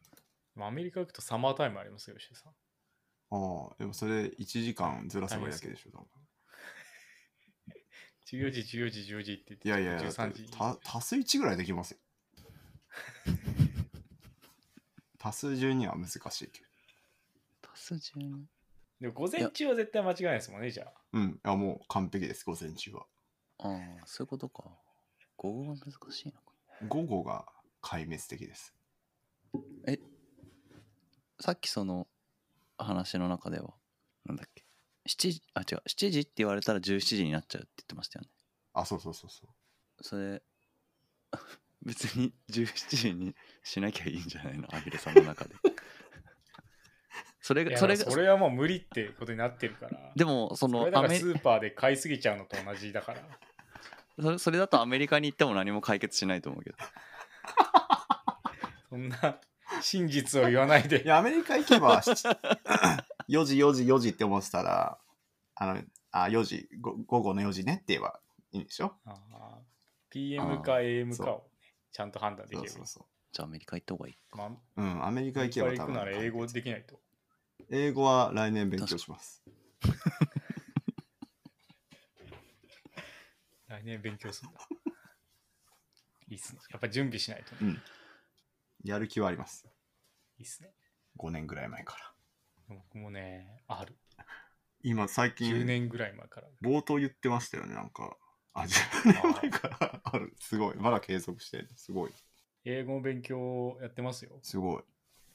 Speaker 2: まあアメリカ行くとサマータイムありますよ、吉田さん。
Speaker 3: ああ、でもそれ1時間ずらせばいいだけでしょ、多分。
Speaker 2: 14時、14時、14時って
Speaker 3: い
Speaker 2: 言
Speaker 3: や
Speaker 2: って、
Speaker 3: いやいや、
Speaker 2: 13時。
Speaker 3: た足す1ぐらいできますよ。 足す12は難しいけど。
Speaker 4: 足す12
Speaker 2: でも午前中は絶対間違いないですもんね、じゃあ。
Speaker 3: うん、あもう完璧です、午前中は。
Speaker 4: ああそういうことか午後は難しいのか
Speaker 3: 午後が壊滅的です。
Speaker 4: さっきその話の中ではなんだっけ7時あ違う7時って言われたら17時になっちゃうって言ってましたよね
Speaker 3: あ、そうそうそうそう。
Speaker 4: それ 別に17時にしなきゃいいんじゃないのアビレさんの中で それ
Speaker 2: い
Speaker 4: が
Speaker 2: や
Speaker 4: それが
Speaker 2: それはもう無理ってことになってるから。
Speaker 4: でもそ
Speaker 2: そ
Speaker 4: の
Speaker 2: れだ
Speaker 4: ア
Speaker 2: から
Speaker 4: メ
Speaker 2: スーパーで買いすぎちゃうのと同じだから。
Speaker 4: それそれだとアメリカに行っても何も解決しないと思うけど
Speaker 2: そんな真実を言わないで
Speaker 3: い。や、アメリカ行けば、7 4時、4時、4時って思ってたら、あの、あ、4時、ご午後の4時ねって言えばいいんでしょ
Speaker 2: ああ PM か AM かをね、ちゃんと判断で
Speaker 3: そ
Speaker 2: き
Speaker 3: う
Speaker 2: る。
Speaker 3: そうそ
Speaker 4: じゃあアメリカ行った方がいい
Speaker 2: まあ、
Speaker 3: う。うん、アメリカ行
Speaker 2: 一
Speaker 3: けば
Speaker 2: 回
Speaker 3: 多
Speaker 2: 行く
Speaker 3: 分
Speaker 2: な。ら英語できないと。
Speaker 3: 英語は来年勉強します。
Speaker 2: 来年勉強する んだ。いいっすね。やっぱ準備しないとね。
Speaker 3: うん。やる気はあります。
Speaker 2: いいっすね。
Speaker 3: 5年ぐらい前から。
Speaker 2: 僕もね、ある。
Speaker 3: 今、最
Speaker 2: 10
Speaker 3: 近、
Speaker 2: 年ぐらい前から。
Speaker 3: 冒頭言ってましたよね、なんか。あ、10年前から ある。すごい。まだ継続してる。すごい。
Speaker 2: 英語の勉強やってますよ。
Speaker 3: すごい。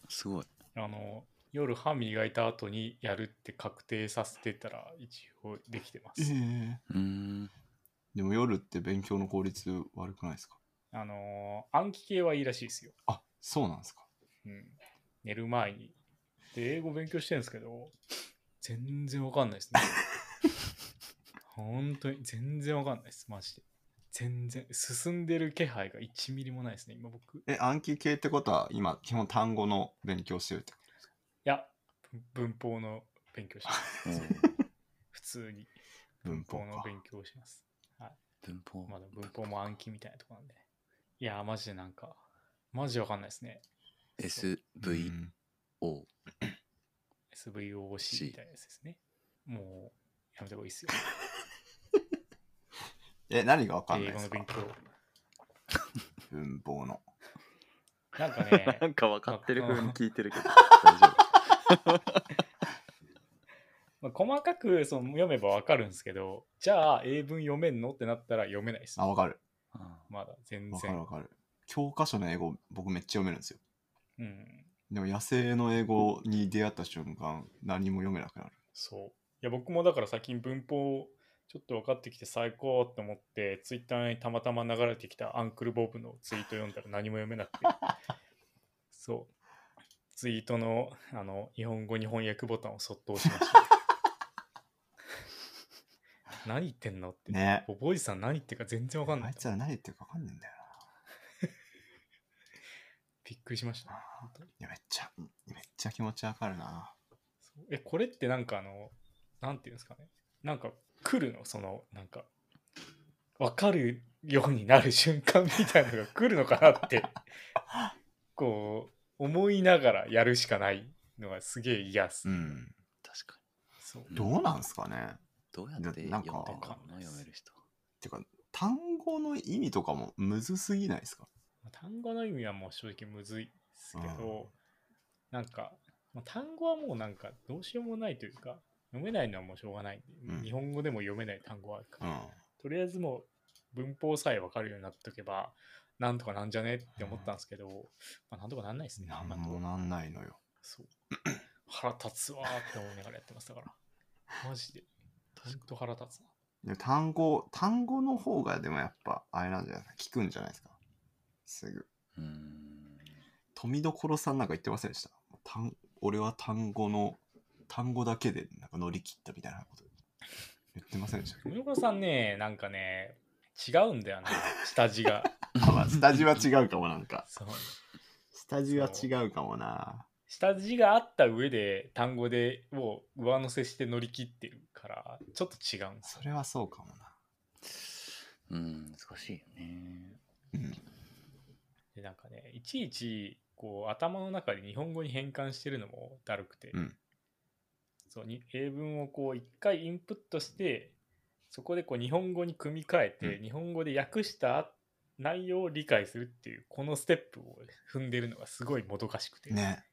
Speaker 4: すごい
Speaker 2: あの、夜歯磨いた後にやるって確定させてたら一応できてま
Speaker 3: ええ
Speaker 2: す。
Speaker 4: うーん
Speaker 3: でも夜って勉強の効率悪くないですか
Speaker 2: あの、暗記系はいいらしいですよ。
Speaker 3: あ、そうなんですか
Speaker 2: うん。寝る前に。で、英語勉強してるんですけど、全然わかんない ですね。本当に全然わかんないです、マジで。全然、進んでる気配が1ミリもないですね、今僕。い
Speaker 3: え、暗記系ってことは、今、基本単語の勉強してるってこ
Speaker 2: や、文文法の勉強し ます。
Speaker 4: おー
Speaker 2: 普通に
Speaker 3: と
Speaker 2: 文法の
Speaker 3: か。
Speaker 2: 勉強をします。
Speaker 4: 文法
Speaker 2: まだ文法も暗記みたいなとこなんで。いやー、マジでなんか、マジでわかんないですね。
Speaker 3: う
Speaker 4: SVO、
Speaker 3: ん
Speaker 2: そう SVOC みたいなやつですね。もう、やめた方がいいですよ。
Speaker 3: え、何がわかんな
Speaker 2: 英
Speaker 3: いで
Speaker 2: 語
Speaker 3: す
Speaker 2: の
Speaker 3: か
Speaker 2: 勉強。
Speaker 3: 文法の。
Speaker 2: なんかね
Speaker 4: なんか分かってる風に聞い てるけど 大丈夫
Speaker 2: まあ、細かくその読めばわかるんですけど、じゃあ英文読めんのってなったら読めないです、
Speaker 3: あ、わかる。
Speaker 4: あ
Speaker 2: まだ全
Speaker 3: わかる
Speaker 2: 然
Speaker 3: わ。かる。教科書の英語、僕めっちゃ読めるんですよ。
Speaker 2: うん。
Speaker 3: でも野生の英語に出会った瞬間、何も読めなくなる。
Speaker 2: そう。いや、僕もだから最近文法ちょっと分かってきて最高って思って、ツイッターにたまたま流れてきたアンクル・ボブのツイート読んだら何も読めな くて。そう。ツイートのあの日本語に翻訳ボタンをそっと押しま した。何言ってんのって。
Speaker 3: ね。
Speaker 2: お坊さん何言ってるか全然分かんな
Speaker 3: あ
Speaker 2: い
Speaker 3: い。つら何言ってるかわかんないんだよな。
Speaker 2: びっくりしました、ね。本当に
Speaker 3: いや、めっちゃ、めっちゃ気持ちわかるな。
Speaker 2: そうえこれってなんかあのなんていうんですかねなんか来るのそのなんか分かるようになる瞬間みたいなのが来るのかなって こう思いながらやるしかないのがすげえ嫌っす、
Speaker 3: うん。
Speaker 4: 確かに
Speaker 2: そう
Speaker 3: どうなんすかね
Speaker 4: どうやって読んで
Speaker 3: ななん
Speaker 4: る
Speaker 3: か
Speaker 4: の読める人
Speaker 3: てか、単語の意味とかもむずすぎないですか
Speaker 2: 単語の意味はもう正直むずいですけど、なんか、まあ単語はもうなんかどうしようもないというか読めないのはもうしょうがないんで、
Speaker 3: うん
Speaker 2: 日本語でも読めない単語はあるから、
Speaker 3: うん。
Speaker 2: とりあえずもう文法さえ分かるようになっとけば、なんとかなんじゃねって思ったんですけど、まあ、なんとかなんないですね。
Speaker 3: なん
Speaker 2: 今のとこ
Speaker 3: もなんないのよ。
Speaker 2: そう腹立つわーって思いながらやってましたから。マジで。ほんと腹立つな。
Speaker 3: で単語、単語の方がでもやっぱ、あれなんじゃないですか聞くんじゃないですかすぐ。
Speaker 4: うーん
Speaker 3: 富所さんなんか言ってませんでした単俺は単語の単語だけでなんか乗り切ったみたいなこと言ってませんでした
Speaker 2: 富岡さんね、なんかね、違うんだよな、下地 が。
Speaker 3: あ、まあ、スタジオは違うかもなんか
Speaker 2: そう
Speaker 3: スタジオは違うかもな
Speaker 2: 下地があった上で単語でを上乗せして乗り切ってるから、ちょっと違うんですよ
Speaker 3: それはそうかもな
Speaker 4: うーん難しいよね
Speaker 3: うん
Speaker 2: でなんかねいちいちこう頭の中で日本語に変換してるのもだるくて、
Speaker 3: うん
Speaker 2: そうに英文をこう一回インプットしてそこでこう日本語に組み替えて、
Speaker 3: う
Speaker 2: 日本語で訳した内容を理解するっていうこのステップを踏んでるのがすごいもどかしくて、
Speaker 3: ね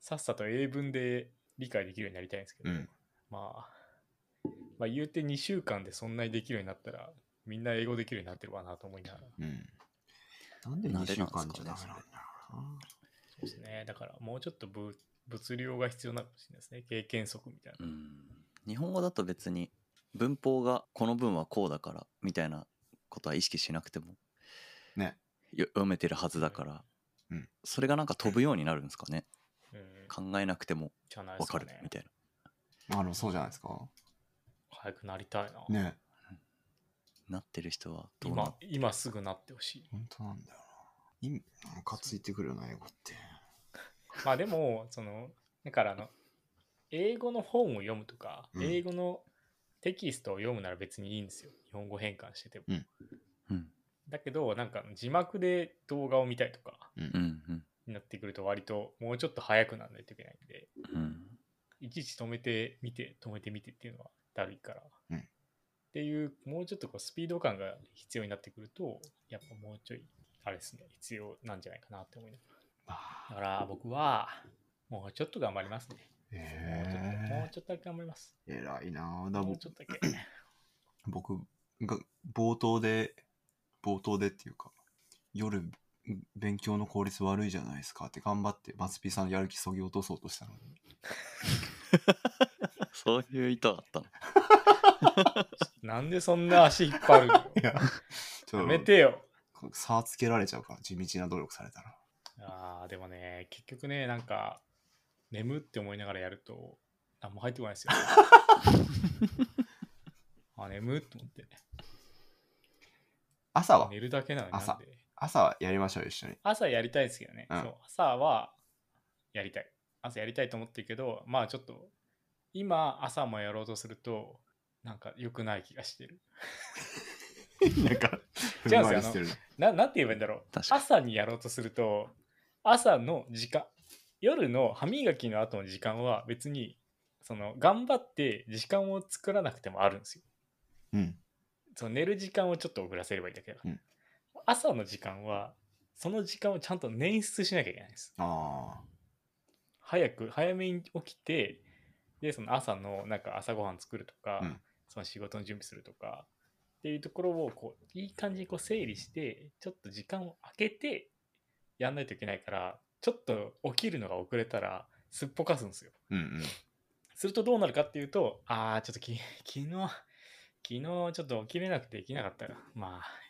Speaker 2: さっさと英文で理解できるようになりたいんですけど、
Speaker 3: うん
Speaker 2: まあ、まあ言うて2週間でそんなにできるようになったらみんな英語できるようになってるわなと思いながら。
Speaker 3: うんなんで2週間じゃダメなんだろうな
Speaker 2: そうですね。だからもうちょっとぶっ物量が必要なのかもしれないですね。経験則みたいな。
Speaker 4: うん日本語だと別に文法がこの文はこうだからみたいなことは意識しなくても
Speaker 3: ね
Speaker 4: よ読めてるはずだから、
Speaker 3: うん
Speaker 4: それがなんか飛ぶようになるんですかね
Speaker 2: うん。
Speaker 4: 考えなくても
Speaker 2: じゃないで
Speaker 4: 分
Speaker 2: す
Speaker 4: か
Speaker 2: か
Speaker 4: る
Speaker 2: ね。
Speaker 4: みたい
Speaker 3: あの、そうじゃないですか。
Speaker 2: 早くなりたいな。
Speaker 3: ね
Speaker 4: ななってる人はどうな
Speaker 2: 今、今すぐなってほしい。
Speaker 3: 本当なんだよな。いムかついてくるよな、英語って。
Speaker 2: まあでも、その、だからあの、英語の本を読むとか、
Speaker 3: うん
Speaker 2: 英語のテキストを読むなら別にいいんですよ。日本語変換してても。
Speaker 4: うん
Speaker 2: だけど、なんか字幕で動画を見たいとか
Speaker 4: うんうん
Speaker 2: になってくると割ともうちょっと早くならないといけないんで、
Speaker 4: うん
Speaker 2: いちいち止めてみて、止めてみてっていうのはだるいから。
Speaker 3: うん
Speaker 2: っていう、もうちょっとこうスピード感が必要になってくると、やっぱもうちょい、あれですね、必要なんじゃないかなって思いなが
Speaker 3: ま
Speaker 2: ら。だ
Speaker 3: あ
Speaker 2: から僕は、もうちょっと頑張りますね。もうちょっともう
Speaker 3: え
Speaker 2: ちょっとだけ頑張ります。
Speaker 3: え偉いなあだ
Speaker 2: も
Speaker 3: ぼ
Speaker 2: うちょっとだけ。
Speaker 3: 僕が冒頭で、冒頭でっていうか、夜、勉強の効率悪いじゃないですかって頑張って、松ピーさんのやる気そぎ落とそうとしたのに。
Speaker 4: そういう意図だったの
Speaker 2: なんでそんな足引っ張るの
Speaker 3: いや、ち
Speaker 2: や
Speaker 3: ょ
Speaker 2: め
Speaker 3: って
Speaker 2: よ。
Speaker 3: と、差つけられちゃうから、地道な努力されたら。
Speaker 2: ああ、でもね、結局ね、なんか、眠って思いながらやると、あ、もう入ってこ ないですよ。あ、眠って思って。
Speaker 3: 朝は
Speaker 2: 寝るだけなのになん
Speaker 3: 朝
Speaker 2: で。
Speaker 3: 朝はやりましょうよ、一 緒に。
Speaker 2: 朝やりたいですけどね、
Speaker 3: うん
Speaker 2: そう朝はやりたい朝やりたいと思ってるけどまあちょっと今朝もやろうとするとなんか良くない気がしてる
Speaker 3: なんか、ふ
Speaker 2: 違うんですよ
Speaker 3: んわりしてる。
Speaker 2: ななんて言えばいいんだろう
Speaker 4: 確かに
Speaker 2: 朝にやろうとすると朝の時間夜の歯磨きの後の時間は別にその頑張って時間を作らなくてもあるんですよ
Speaker 3: うん。
Speaker 2: その寝る時間をちょっと遅らせればいいだけだから、
Speaker 3: うん
Speaker 2: 朝の時間はその時間をちゃんと捻出しなきゃいけないんです
Speaker 3: あ
Speaker 2: 早く早めに起きてでその朝のなんか朝ごはん作るとか、
Speaker 3: うん
Speaker 2: その仕事の準備するとかっていうところをこういい感じにこう整理してちょっと時間を空けてやんないといけないからちょっと起きるのが遅れたらすっぽかすんですよ
Speaker 3: あ。うんうん。
Speaker 2: するとどうなるかっていうとああちょっとき 昨日昨日ちょっと起きれなくてできなかったらまあ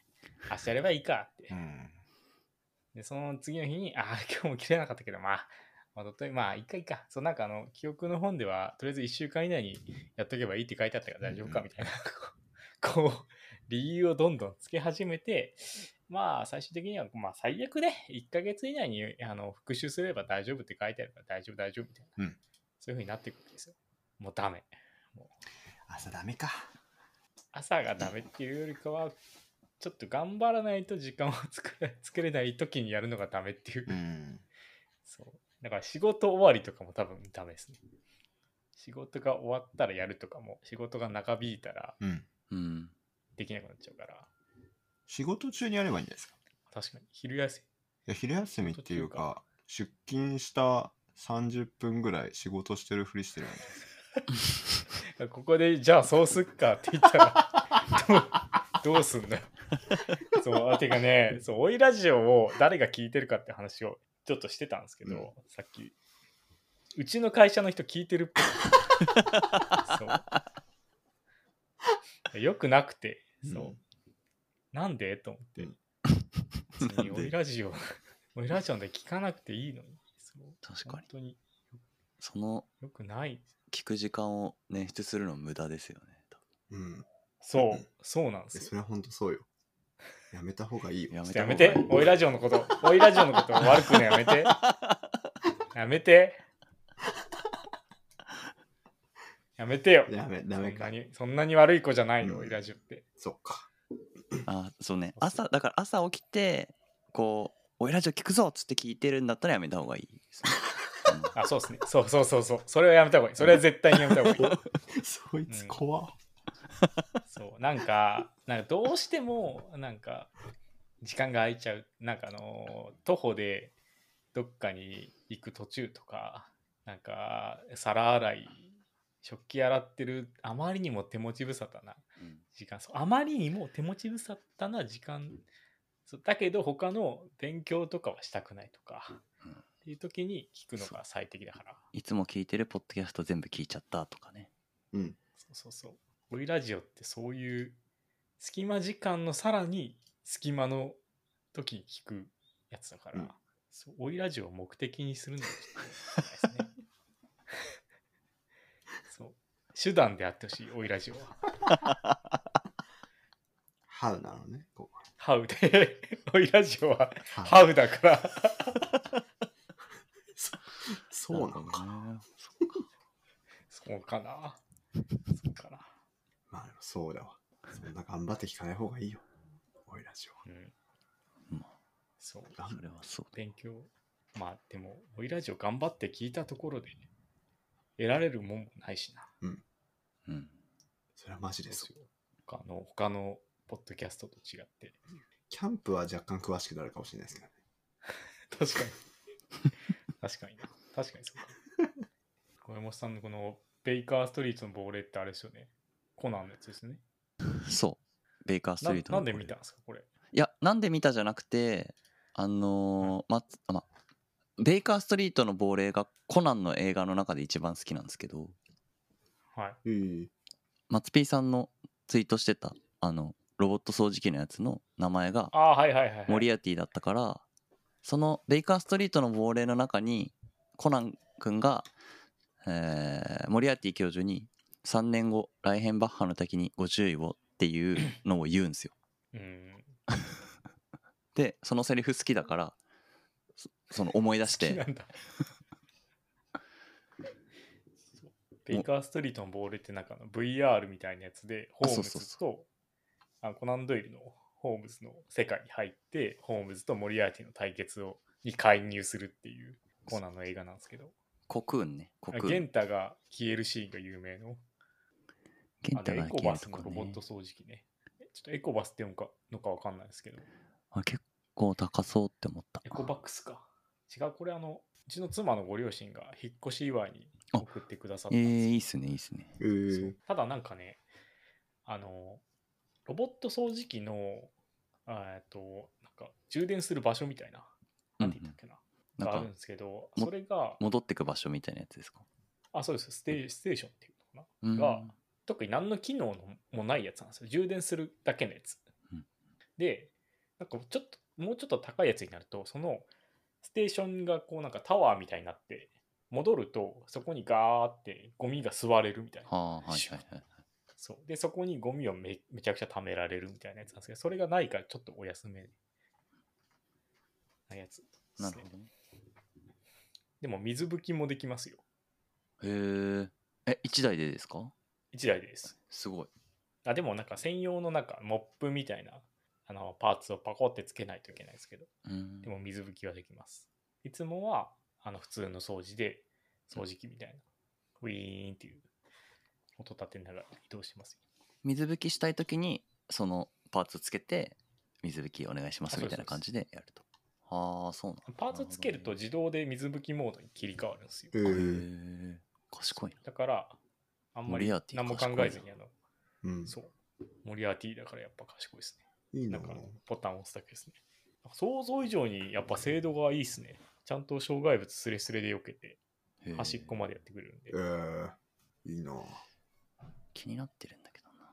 Speaker 2: 明日やればいいかって
Speaker 3: うん。
Speaker 2: で、その次の日に、ああ、 今日も切れなかったけど、まあ、まあ、とまあ、一回いいか。そう、なんかあの、記憶の本では、とりあえず1週間以内にやっとけばいいって書いてあったから大丈夫か、
Speaker 3: うんう
Speaker 2: みたいな、 こう、こう理由をどんどんつけ始めて、まあ、最終的には、まあ、最悪で、1ヶ月以内に、あの、復習すれば大丈夫って書いてあるから、大丈夫、大丈夫、みたいな。
Speaker 3: う
Speaker 2: そう
Speaker 3: ん
Speaker 2: いう風になっていくんですよ。もうダメ。
Speaker 3: 朝ダメか。
Speaker 2: 朝がダメっていうよりかは、ちょっと頑張らないと時間を作れ作れない時にやるのがダメっていう
Speaker 3: うん。
Speaker 2: そう。だから仕事終わりとかも多分ダメですね。仕事が終わったらやるとかも、仕事が長引いたら
Speaker 3: うん。
Speaker 4: うん
Speaker 2: できなくなっちゃうから、
Speaker 3: 仕事中にやればいいんじゃないですか。
Speaker 2: 確かに昼休
Speaker 3: いや、昼休みっていうか、出勤した30分ぐらい仕事してるふりしてるんです
Speaker 2: み。ここで、じゃあそうすっかって言ったら、 どうどうすんだよ。そう、あてかね、そう、おいラジオを誰が聞いてるかって話をちょっとしてたんですけど、
Speaker 3: うん
Speaker 2: さっき。うちの会社の人聞いてるっぽい。そう。よくなくて、そう。
Speaker 3: うん
Speaker 2: なんでと思って。
Speaker 3: うん
Speaker 2: 別に
Speaker 3: なん
Speaker 2: オ
Speaker 3: で
Speaker 2: イラジオ、 オイラジオで聞かなくていいのに。そう
Speaker 4: 確かに
Speaker 2: 本当に
Speaker 4: その
Speaker 2: よくない。
Speaker 4: 聞く時間を捻出するの無駄ですよね多
Speaker 3: うん。
Speaker 2: そう、そうなんで
Speaker 3: え
Speaker 2: す
Speaker 3: それは本当そうよ。やめた方がいい
Speaker 4: 分
Speaker 3: よ。
Speaker 2: よ。やめ
Speaker 4: め
Speaker 2: て
Speaker 4: た方がいい、
Speaker 2: オイラジオのこと、オイラジオのこと悪くね、やめて。やめて。やめてよ。
Speaker 3: やめ、ダ
Speaker 2: そ
Speaker 3: メ
Speaker 2: ん
Speaker 3: か
Speaker 2: な。にそんなに悪い子じゃないよ、
Speaker 3: うん
Speaker 2: オイラジオって。
Speaker 3: そっか。
Speaker 4: あそうね朝だから朝起きてこう「おいラジオ聞くぞ!」っつって聞いてるんだったらやめた方がいいですねあ
Speaker 2: あ、そうですね。そうそうそうそう。それはやめた方がいい。それは絶対にやめた方がいい。
Speaker 3: そいつ怖っ。
Speaker 2: そうなんかなんかどうしてもなんか時間が空いちゃうなんかあの徒歩でどっかに行く途中とかなんか皿洗い食器洗ってるあまりにも手持ち無沙汰な
Speaker 4: のうん
Speaker 2: 時間そうあまりにも手持ち無沙汰な時間そうだけど他の勉強とかはしたくないとか、
Speaker 4: うん
Speaker 2: っていう時に聞くのが最適だから。
Speaker 4: いつも聞いてるポッドキャスト全部聞いちゃったとかね。
Speaker 3: うん。
Speaker 2: そうそうそう。オイラジオってそういう隙間時間のさらに隙間の時に聞くやつだから、
Speaker 3: うん
Speaker 2: そうオイラジオを目的にするのがちょっと良くないですね。そう。手段であってほしい、オイラジオは。
Speaker 3: ハウなのね。こう
Speaker 2: ハウで、 オイラジオは
Speaker 3: ハウ
Speaker 2: ハウだから。
Speaker 3: そうなのか。
Speaker 4: な。
Speaker 2: そうかな。そうかな。
Speaker 3: まあ、そうだわ。そんな頑張って聞かない方がいいよ。おいラジオは。
Speaker 2: うん。
Speaker 4: ま
Speaker 2: そう。
Speaker 4: あ、
Speaker 3: 頑
Speaker 4: それはそう
Speaker 2: 勉強。まあでも、オイラジオ頑張って聞いたところで、得られるもんもないしな。
Speaker 4: だ。うん。
Speaker 3: それはマジですよ。
Speaker 2: 他の、他のポッドキャストと違って。
Speaker 3: キャンプは若干詳しくなるかもしれないですけどね。
Speaker 2: 確かに。 確かにな。確かにそうか。小山さんのこの、ベイカーストリートの亡霊ってあれですよね。コナンのやつですね。
Speaker 4: そう。ベイカース
Speaker 2: な
Speaker 4: トリートの
Speaker 2: なんで見たん
Speaker 4: こ
Speaker 2: ですか、これ。
Speaker 4: れいや、なんで見たじゃなくて、あのーまあま、ベイカーストリートの亡霊がコナンの映画の中で一番好きなんですけど、
Speaker 2: はい。
Speaker 3: ええ
Speaker 4: マツピーさんのツイートしてた、あの、ロボット掃除機のやつの名前が
Speaker 2: ああー、はいはいはい、はい。
Speaker 4: モリアティだったから、そのベイカーストリートの亡霊の中に、コナン君が、えーモリアティ教授に3年後、ライヘンバッハの滝にご注意をっていうのを言うん ですよ。
Speaker 2: うん。
Speaker 4: で、そのセリフ好きだから、そその思い出し
Speaker 2: 好きな
Speaker 4: て、
Speaker 2: ん だそうベイカーストリートのボールってなんかあの VR みたいなやつでホ
Speaker 4: あ
Speaker 2: ー
Speaker 4: そ
Speaker 2: ム
Speaker 4: うそう
Speaker 2: ズとあコナンドイルのホームズの世界に入ってホームズとモリアーティの対決をに介入するっていうコーナーの映画なんですけど
Speaker 4: コクーンね、コク
Speaker 2: ゲ
Speaker 4: ーン
Speaker 2: ン。タが消えるシーンが有名の
Speaker 4: ゲ
Speaker 2: あ
Speaker 4: ンタ
Speaker 2: のエ
Speaker 4: が
Speaker 2: コ
Speaker 4: 消え
Speaker 2: バ
Speaker 4: ると
Speaker 2: スの
Speaker 4: こ
Speaker 2: ロボッ
Speaker 4: ね
Speaker 2: ト。掃除機ねえちょっとエコバスって読むかのかわかんないですけど
Speaker 4: あ結構高そうって思った
Speaker 2: エ。コバックスか違うこれあのうちの妻のご両親が引っ越し祝いに送ってくださっ
Speaker 4: え
Speaker 2: たんですけど
Speaker 4: ー、いいっすね、いいっすね。
Speaker 3: え
Speaker 2: そうただなんかねあのロボット掃除機のあえっとなんか充電する場所みたいな
Speaker 4: う
Speaker 2: なん
Speaker 4: うんん
Speaker 2: て言ったっけな,、
Speaker 4: な
Speaker 2: が
Speaker 4: ん
Speaker 2: ある
Speaker 4: か
Speaker 2: ん、ですけど
Speaker 4: も
Speaker 2: それが
Speaker 4: 戻ってく場所みたいなやつですか。
Speaker 2: あそうですステーステーションっていうのか
Speaker 4: うん
Speaker 2: な、が特に何の機能のもないやつなんですよ充電するだけのやつ、
Speaker 4: うん
Speaker 2: でなんかちょっともうちょっと高いやつになるとそのステーションがこうなんかタワーみたいになって戻るとそこにガーってゴミが吸われるみたいな
Speaker 4: はあ、はいはいはい。
Speaker 2: そう。で、そこにゴミをめめちゃくちゃ貯められるみたいなやつなんですけど、それがないからちょっとお休めなやつです
Speaker 4: な
Speaker 2: ね
Speaker 4: るほどね。
Speaker 2: でも水拭きもできますよ。
Speaker 4: へーえ、1台でですか
Speaker 2: 1台です。
Speaker 4: すごい。
Speaker 2: あ、でもなんか専用のなんかモップみたいなあのパーツをパコってつけないといけないですけど、
Speaker 4: うん
Speaker 2: でも水拭きはできます。いつもはあの普通の掃除で掃除機みたいな、ウィーンっていう音立てながら移動してますよ。
Speaker 4: 水拭きしたい時にそのパーツつけて水拭きお願いしますみたいな感じでやるとはあそうなんだ
Speaker 2: パーツつけると自動で水拭きモードに切り替わるんですよ。
Speaker 3: え
Speaker 4: へ
Speaker 3: え
Speaker 4: え賢いな
Speaker 2: だから、あんま
Speaker 4: モ
Speaker 2: り
Speaker 4: リアーティ
Speaker 2: 何も考えずに、あの、
Speaker 3: うん。
Speaker 2: そう、モリアーティだからやっぱ賢いです
Speaker 3: いい
Speaker 2: ね。
Speaker 3: な
Speaker 2: なんか、ボタンを押すだけですね。想像以上にやっぱ精度がいいですね。ちゃんと障害物すれすれで避けて、
Speaker 4: へー
Speaker 2: 端っこまでやってくれるんで
Speaker 3: え。えいいな
Speaker 4: 気になってるんだけどな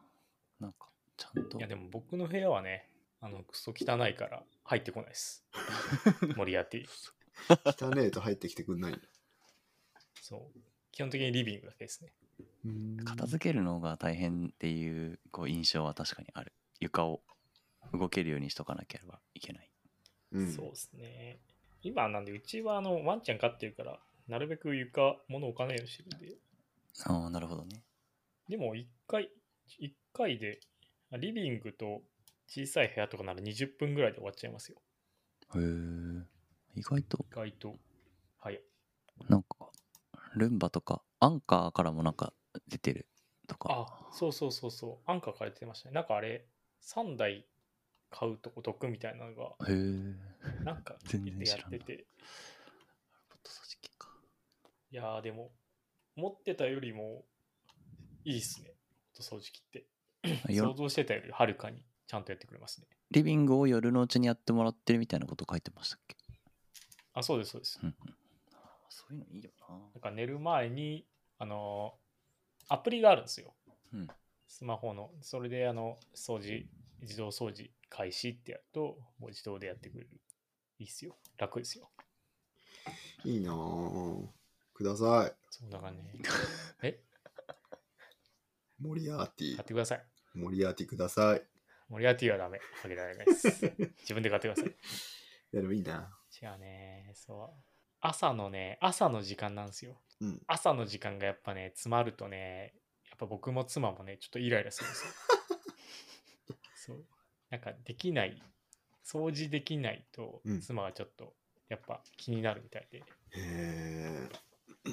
Speaker 4: なんかちゃんと
Speaker 2: いや、でも僕の部屋はね、あの、クソ汚いから入ってこない です。モリアーティ。
Speaker 3: 汚えと入ってきてくん ない
Speaker 2: そう。基本的にリビングだけですね。
Speaker 4: 片付けるのが大変っていうこう印象は確かにある床を動けるようにしとかなければいけない
Speaker 3: うん
Speaker 2: そうですね。今なんで、うちはあの、ワンちゃん飼ってるから、なるべく床、物置かないようにしてるんで、
Speaker 4: ああなるほどね
Speaker 2: でも1回、一回で、あリビングと小さい部屋とかなら20分ぐらいで終わっちゃいますよ。
Speaker 4: へえ意外と
Speaker 2: 意外と。はい。
Speaker 4: なんかルンバとかアンカーからもなんか出てるとか
Speaker 2: あ、そうそうそうそう。アンカーから出てましたね。なんかあれ、3台買うとお得みたいなのが、
Speaker 4: へえ
Speaker 2: なんか
Speaker 4: 全然
Speaker 2: や
Speaker 4: 知ら
Speaker 2: っ
Speaker 4: んな
Speaker 2: てて。
Speaker 4: ポット掃除機か
Speaker 2: いやーでも、持ってたよりもいいっすね。掃除機って。
Speaker 4: よ
Speaker 2: 想像してたよりはるかにちゃんとやってくれますね。
Speaker 4: リビングを夜のうちにやってもらってるみたいなこと書いてましたっけ
Speaker 2: あ、そうです、そうです。
Speaker 4: うんうんそういうのいいよな。
Speaker 2: なんか寝る前に、あのーアプリがあるんですよ。
Speaker 4: うん
Speaker 2: スマホの。それで、あの、掃除、自動掃除開始ってやると、もう自動でやってくれる。いいっすよ。楽ですよ。
Speaker 5: いいなぁ。ください。
Speaker 2: そんな 感じ。
Speaker 5: モリアーティ
Speaker 2: 買っ。てください。
Speaker 5: モリアーティください。い
Speaker 2: モリアティはダメ。あげられないです。自分で買ってください。
Speaker 5: や、でもいいな。
Speaker 2: 違うね。そう。朝のね、朝の時間なんですよ。
Speaker 5: うん。
Speaker 2: 朝の時間がやっぱね、詰まるとね、やっぱ僕も妻もね、ちょっとイライラするんです よ。そう。なんかできない、掃除できないと
Speaker 5: うん、
Speaker 2: 妻がちょっと、やっぱ気になるみたいで、
Speaker 5: へえ。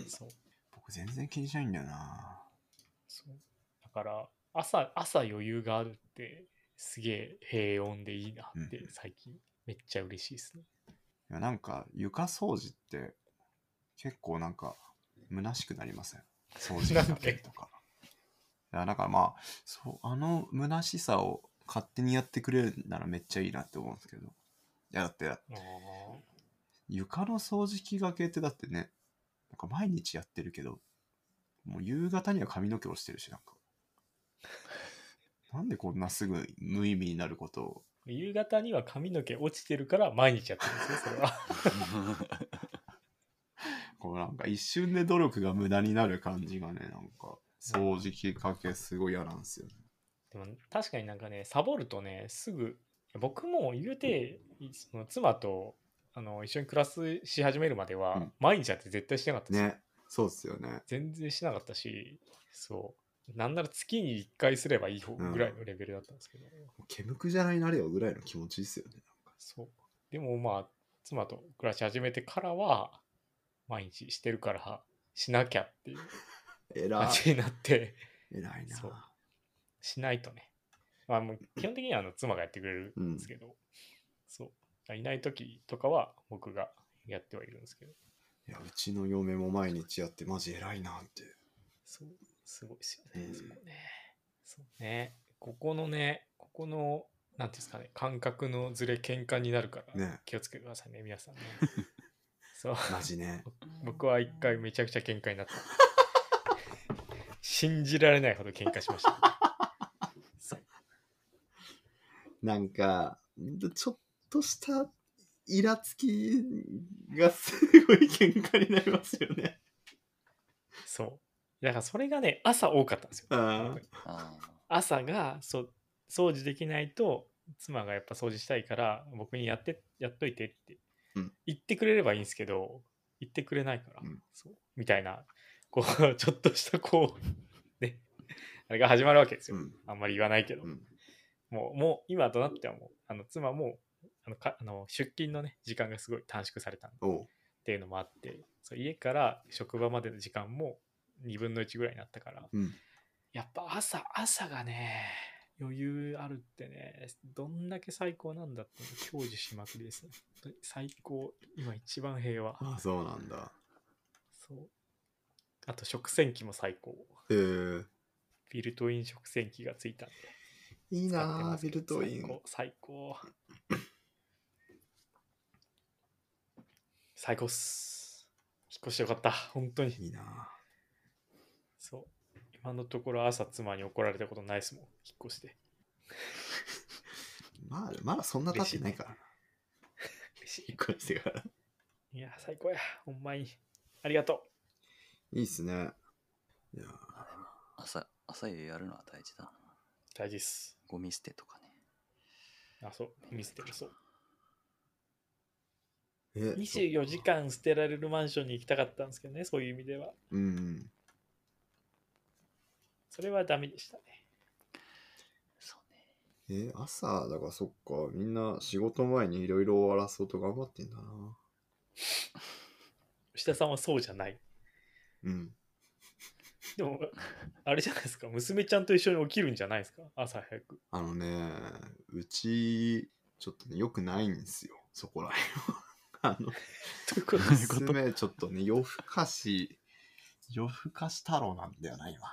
Speaker 2: そう。
Speaker 5: 僕全然気にしないんだよな。
Speaker 2: そうだから、朝、朝余裕があるって、すげえ平穏でいいなって
Speaker 5: うん、
Speaker 2: 最近、めっちゃ嬉しいですね。
Speaker 5: いや、なんか床掃除って結構なんか虚しくなりません。掃除機かけるとか。いや、だからまあ、そう、あの虚しさを勝手にやってくれるならめっちゃいいなって思うんですけど。いや、だって
Speaker 2: あー
Speaker 5: 床の掃除機がけってだってね、なんか毎日やってるけど、もう夕方には髪の毛落ちてるし、なんか。 なんでこんなすぐ無意味になることを。
Speaker 2: 夕方には髪の毛落ちてるから毎日やってるんですよ、それは。
Speaker 5: こうなんか一瞬で努力が無駄になる感じがね、なんか掃除機かけすごい嫌なんですよね。
Speaker 2: でも確かになんかねサボるとねすぐ僕も言うていその妻とあの一緒に暮らすし始めるまでは、
Speaker 5: うん
Speaker 2: 毎日だって絶対してなかったですよ、
Speaker 5: ね、そうっすよね。
Speaker 2: 全然しなかったしそうなんなら月に1回すればいい方ぐらいのレベルだったんですけど、
Speaker 5: 煙くじゃらになれよぐらいの気持ちいいっすよね。
Speaker 2: そうでもまあ妻と暮らし始めてからは毎日してるからしなきゃっていう
Speaker 5: え
Speaker 2: 感
Speaker 5: ら
Speaker 2: じになって
Speaker 5: い。えらいな。
Speaker 2: そうしないとね。まあもう基本的にはあの妻がやってくれるんですけど、そう。いない時とかは僕がやってはいるんですけど、
Speaker 5: いや、うちの嫁も毎日やって、マジえらいなって。
Speaker 2: そう、すごいですよね、
Speaker 5: うん
Speaker 2: そこね。そうね。ここのね、ここの、なんていうんですかね、感覚のずれ喧嘩になるから、
Speaker 5: ね
Speaker 2: 気をつけてくださいね、皆 さんね。そう。
Speaker 5: マジね。
Speaker 2: 僕は一回めちゃくちゃ喧嘩になった。信じられないほど喧嘩しました。そう
Speaker 5: なんか、ちょっとしたイラつきがすごい喧嘩になりますよね。
Speaker 2: そう。だからそれがね、朝多かったんですよ。
Speaker 5: あー
Speaker 4: あ
Speaker 2: 朝がそう掃除できないと、妻がやっぱ掃除したいから、僕にやって、やっといてって
Speaker 5: うん
Speaker 2: 言ってくれればいいんですけど、言ってくれないから、
Speaker 5: うん
Speaker 2: そうみたいな、こう、 ちょっとしたこう、 ね、あれが始まるわけですよ。
Speaker 5: うん。
Speaker 2: あんまり言わないけど、
Speaker 5: うん。
Speaker 2: もう、もう今となってはもう、あの妻もあのかあの出勤のね、時間がすごい短縮されたんで
Speaker 5: おう。
Speaker 2: っていうのもあってそう家から職場までの時間も2分の1ぐらいになったから
Speaker 5: うん。
Speaker 2: やっぱ朝朝がね余裕あるってねどんだけ最高なんだって享受しまくりですね本当に最高今一番平和
Speaker 5: あ、そうなんだ。
Speaker 2: そうあと食洗機も最高
Speaker 5: えー、
Speaker 2: ビルトイン食洗機がついたんで
Speaker 5: いい
Speaker 2: 使っ
Speaker 5: な
Speaker 2: てま
Speaker 5: あ
Speaker 2: す
Speaker 5: ビ
Speaker 2: け
Speaker 5: ル
Speaker 2: ど
Speaker 5: トイン。
Speaker 2: 最高最高最高っす引っ越してよかった本当に
Speaker 5: いいなあ
Speaker 2: そう。今のところ朝妻に怒られたことないですもん、引っ越して。
Speaker 5: まあ、まだそんな経ってないからな。
Speaker 2: 嬉し
Speaker 5: 一個してから。
Speaker 2: い。いや、最高や。ほんまに。ありがと
Speaker 5: いいっすね。いや
Speaker 4: あ。でも朝、朝夕やるのは大事だな。
Speaker 2: う。大事っす。
Speaker 4: ゴミ捨てとかね。
Speaker 2: あ、そう。見捨てる、そう。
Speaker 5: え
Speaker 2: 24時。間捨てられるマンションに行きたかったんですけどね、そういう意味では。
Speaker 5: うん。
Speaker 2: それはダメでしたね。
Speaker 4: そうね。
Speaker 5: え、朝、だからそっか、みんな仕事前にいろいろ終わらそうと頑張ってんだな。
Speaker 2: 吉田さんはそうじゃない。
Speaker 5: うん。
Speaker 2: で も、あれじゃないですか。娘ちゃんと一緒に起きるんじゃないですか。朝早 く。
Speaker 5: あのね、うち、ちょっとね、良くないんですよ、そこら辺は。
Speaker 2: ということ
Speaker 5: あ
Speaker 2: で
Speaker 5: の、
Speaker 2: す
Speaker 5: 娘、ちょっとね、夜更かし、夜更かし太郎なんだよな、今。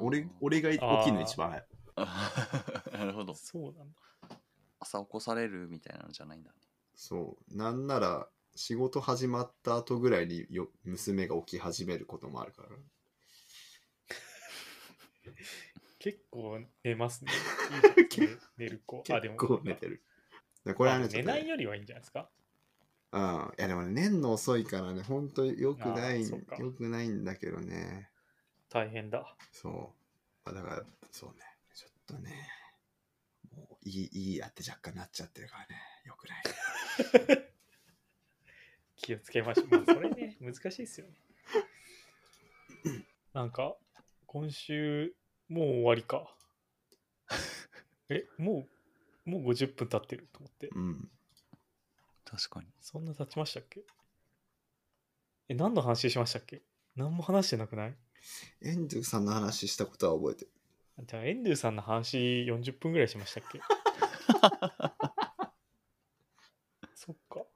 Speaker 5: 俺、俺が起きるの一番早い。
Speaker 4: あ ー。なるほど。
Speaker 2: そうなんだ。
Speaker 4: 朝起こされるみたいなのじゃないんだね。
Speaker 5: そう、なんなら、
Speaker 3: 仕事始まった後ぐらいによ娘が起き始めることもあるから
Speaker 2: 結構寝ます ね。いいじゃん寝る子。あ、で
Speaker 3: 結
Speaker 2: も、
Speaker 3: 構寝てるでこれは
Speaker 2: ま
Speaker 3: ね
Speaker 2: あ
Speaker 3: ちょ
Speaker 2: 寝
Speaker 3: っと
Speaker 2: ない
Speaker 3: ね
Speaker 2: よりはいいんじゃないですか。
Speaker 3: うんいやでもね年の遅いからねほんとよくな
Speaker 2: あ
Speaker 3: い
Speaker 2: ー
Speaker 3: ん
Speaker 2: そっか
Speaker 3: よくないんだけどね
Speaker 2: 大変だ。
Speaker 3: そう、まあ、だからそうねちょっとねもういいいいやって若干なっちゃってるからねよくない
Speaker 2: 気をつけましょう。まあ、それね、難しいですよね。 なんか、今週、もう終わりか。 え、もう、もう50分経ってると思って。
Speaker 3: うん
Speaker 4: 確かに
Speaker 2: そんな経ちましたっけえ、何の話しましたっけ何も話してなくない
Speaker 3: エンドゥさんの話したことは覚えてる
Speaker 2: じゃあ、エンドゥさんの話40分ぐらいしましたっけそっか。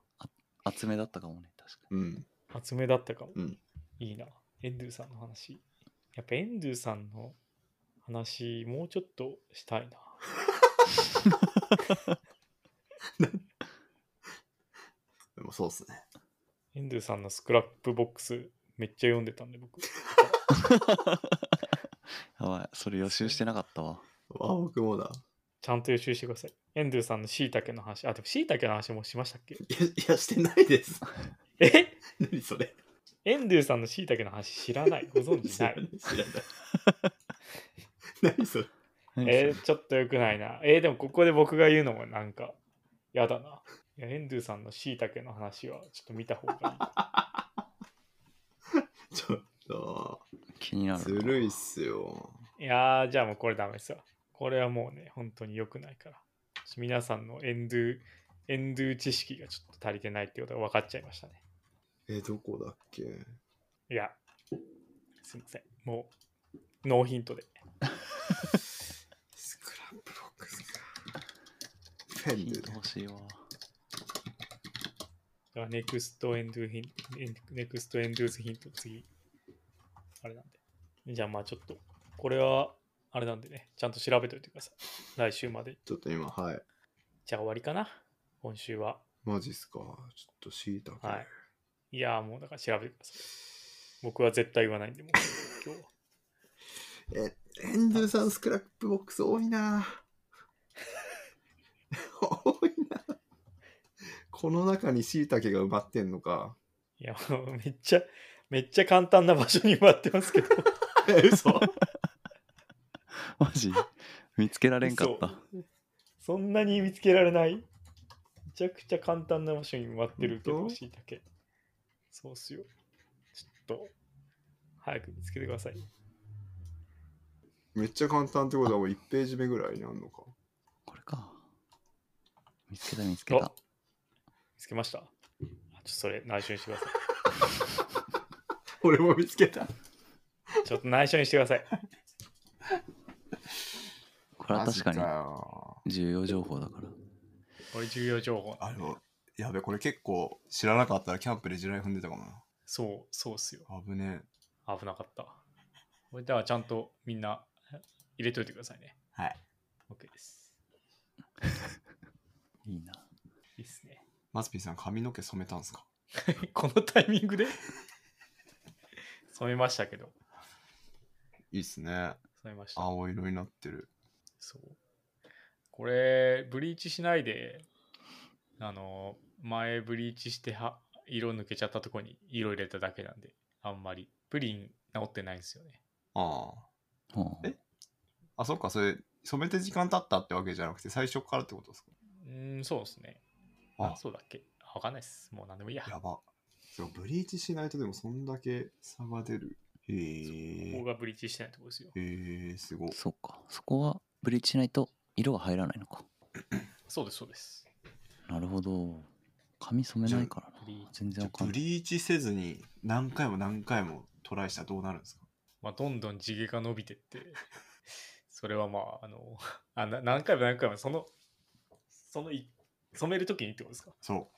Speaker 4: 厚めだったかもね確か
Speaker 3: うん
Speaker 2: 厚めだったかも。
Speaker 3: うん
Speaker 2: いいな。エンドゥさんの話。やっぱエンドゥさんの話、もうちょっとしたいな。
Speaker 3: でもそうっすね
Speaker 2: エンドゥさんのスクラップボックス、めっちゃ読んでたんで、僕。
Speaker 4: にやばいそれ予習してなかったわ
Speaker 3: あ僕もだ
Speaker 2: ちゃんと予習してください。エンドゥさんのしいたけの話。あ、でもしいたけの話もしましたっけ
Speaker 3: いやいやしてないです
Speaker 2: え
Speaker 3: 何それ
Speaker 2: エンドゥさんのしいたけの話知らない。ご存知
Speaker 3: 知
Speaker 2: な
Speaker 3: ら
Speaker 2: い
Speaker 3: な。い知らない何それ
Speaker 2: えーちょっと良くないな。えーでもここで僕が言うのもなんか、やだな。いや、エンドゥさんのしいたけの話はちょっと見た方がいい。
Speaker 3: ちょっと
Speaker 4: 気になる
Speaker 3: ず
Speaker 4: な
Speaker 3: るいっすよ
Speaker 2: いやー、じゃあもうこれダメですわ。これはもうね、本当に良くないから。ちょっと皆さんのエンドゥ、エンドゥ知識がちょっと足りてないっていうことが分かっちゃいましたね。
Speaker 3: えどこだっけ
Speaker 2: いや、すいません。もう、ノーヒントで。
Speaker 3: スクラップボックスかフェ
Speaker 4: ヒ
Speaker 3: ン
Speaker 4: ン
Speaker 3: ドゥ
Speaker 4: ト
Speaker 3: ね
Speaker 4: 欲しいわ
Speaker 2: ではネクストエンドゥヒント、エンネクストエンドゥーズヒント、次。あれなんで。じゃあまあちょっと、これは、あれなんでね、ちゃんと調べておいてください。来週まで。
Speaker 3: ちょっと今はい
Speaker 2: じゃあ終わりかな。今週は。
Speaker 3: マジっすかちょっとシータケ
Speaker 2: はいいやーもうだから調べてください。僕は絶対言わないんで、もう今日は。
Speaker 3: えエンドゥさんスクラップボックス多いな 多いなこの中にシイタケが埋まってんのか
Speaker 2: いや、もうめっちゃ、めっちゃ簡単な場所に埋まってますけ ど。
Speaker 3: え嘘
Speaker 4: マジ見つけられんかった
Speaker 2: 嘘そんなに見つけられないめちゃくちゃ簡単な場所に埋まってるけ
Speaker 3: 本
Speaker 2: ど、
Speaker 3: 当
Speaker 2: しいたけ。そうっすよ。ちょっと、早く見つけてください。
Speaker 3: めっちゃ簡単ってことはもう1ページ目ぐらいにあんのか
Speaker 4: これか見つけた見つけた
Speaker 2: お見つけましたあちょっとそれ、内緒にしてください。
Speaker 3: 俺も見つけた
Speaker 2: ちょっと内緒にしてください。
Speaker 4: これは確かに
Speaker 3: マジよ
Speaker 4: 重要情報だから
Speaker 2: これ重要情報。
Speaker 3: あの、やべ、これ結構知らなかったらキャンプで地雷踏んでたかもな。
Speaker 2: そう、そうっすよ。
Speaker 3: 危ね
Speaker 2: 危なかった。これではちゃんとみんな入れといてくださいね。
Speaker 3: え。はい。
Speaker 2: OK です。
Speaker 4: いいな
Speaker 2: い
Speaker 4: い
Speaker 2: っすね。
Speaker 3: マスピーさん髪の毛染めたんすか
Speaker 2: このタイミングで染めましたけど、
Speaker 3: いいっすね。
Speaker 2: 染めました。
Speaker 3: 青色になってる。
Speaker 2: そう。これ、ブリーチしないで、あの、前ブリーチしては色抜けちゃったとこに色入れただけなんで、あんまり。プリン治ってないんですよね。
Speaker 3: ああ。
Speaker 4: ほう
Speaker 3: えあ、そっか、それ、染めて時間経ったってわけじゃなくて、最初からってことですか
Speaker 2: うーん、そうですね。
Speaker 3: あ
Speaker 2: あ、そうだっけあわかんないです。もう何でもいいや。
Speaker 3: やば。そうブリーチしないとでもそんだけ差が出る。へ
Speaker 2: ここ
Speaker 3: え。
Speaker 2: がブリーチしてないとこですよ。
Speaker 3: へえ、すごい。
Speaker 4: そうかそこはブリーチしないと色が入らないのか
Speaker 2: そうです、そうです。
Speaker 4: なるほど髪染めないからな
Speaker 2: ブリーチ
Speaker 4: 全然
Speaker 3: じゃ
Speaker 4: わ
Speaker 3: あ
Speaker 4: かん
Speaker 3: ブ
Speaker 4: ない
Speaker 3: リーチせずに何回も何回もトライしたらどうなるんですか
Speaker 2: まあ、どんどん地毛が伸びてって、それはまあ、あの、あな何回も何回も、その、そのい、染めるときにってことですか
Speaker 3: そう。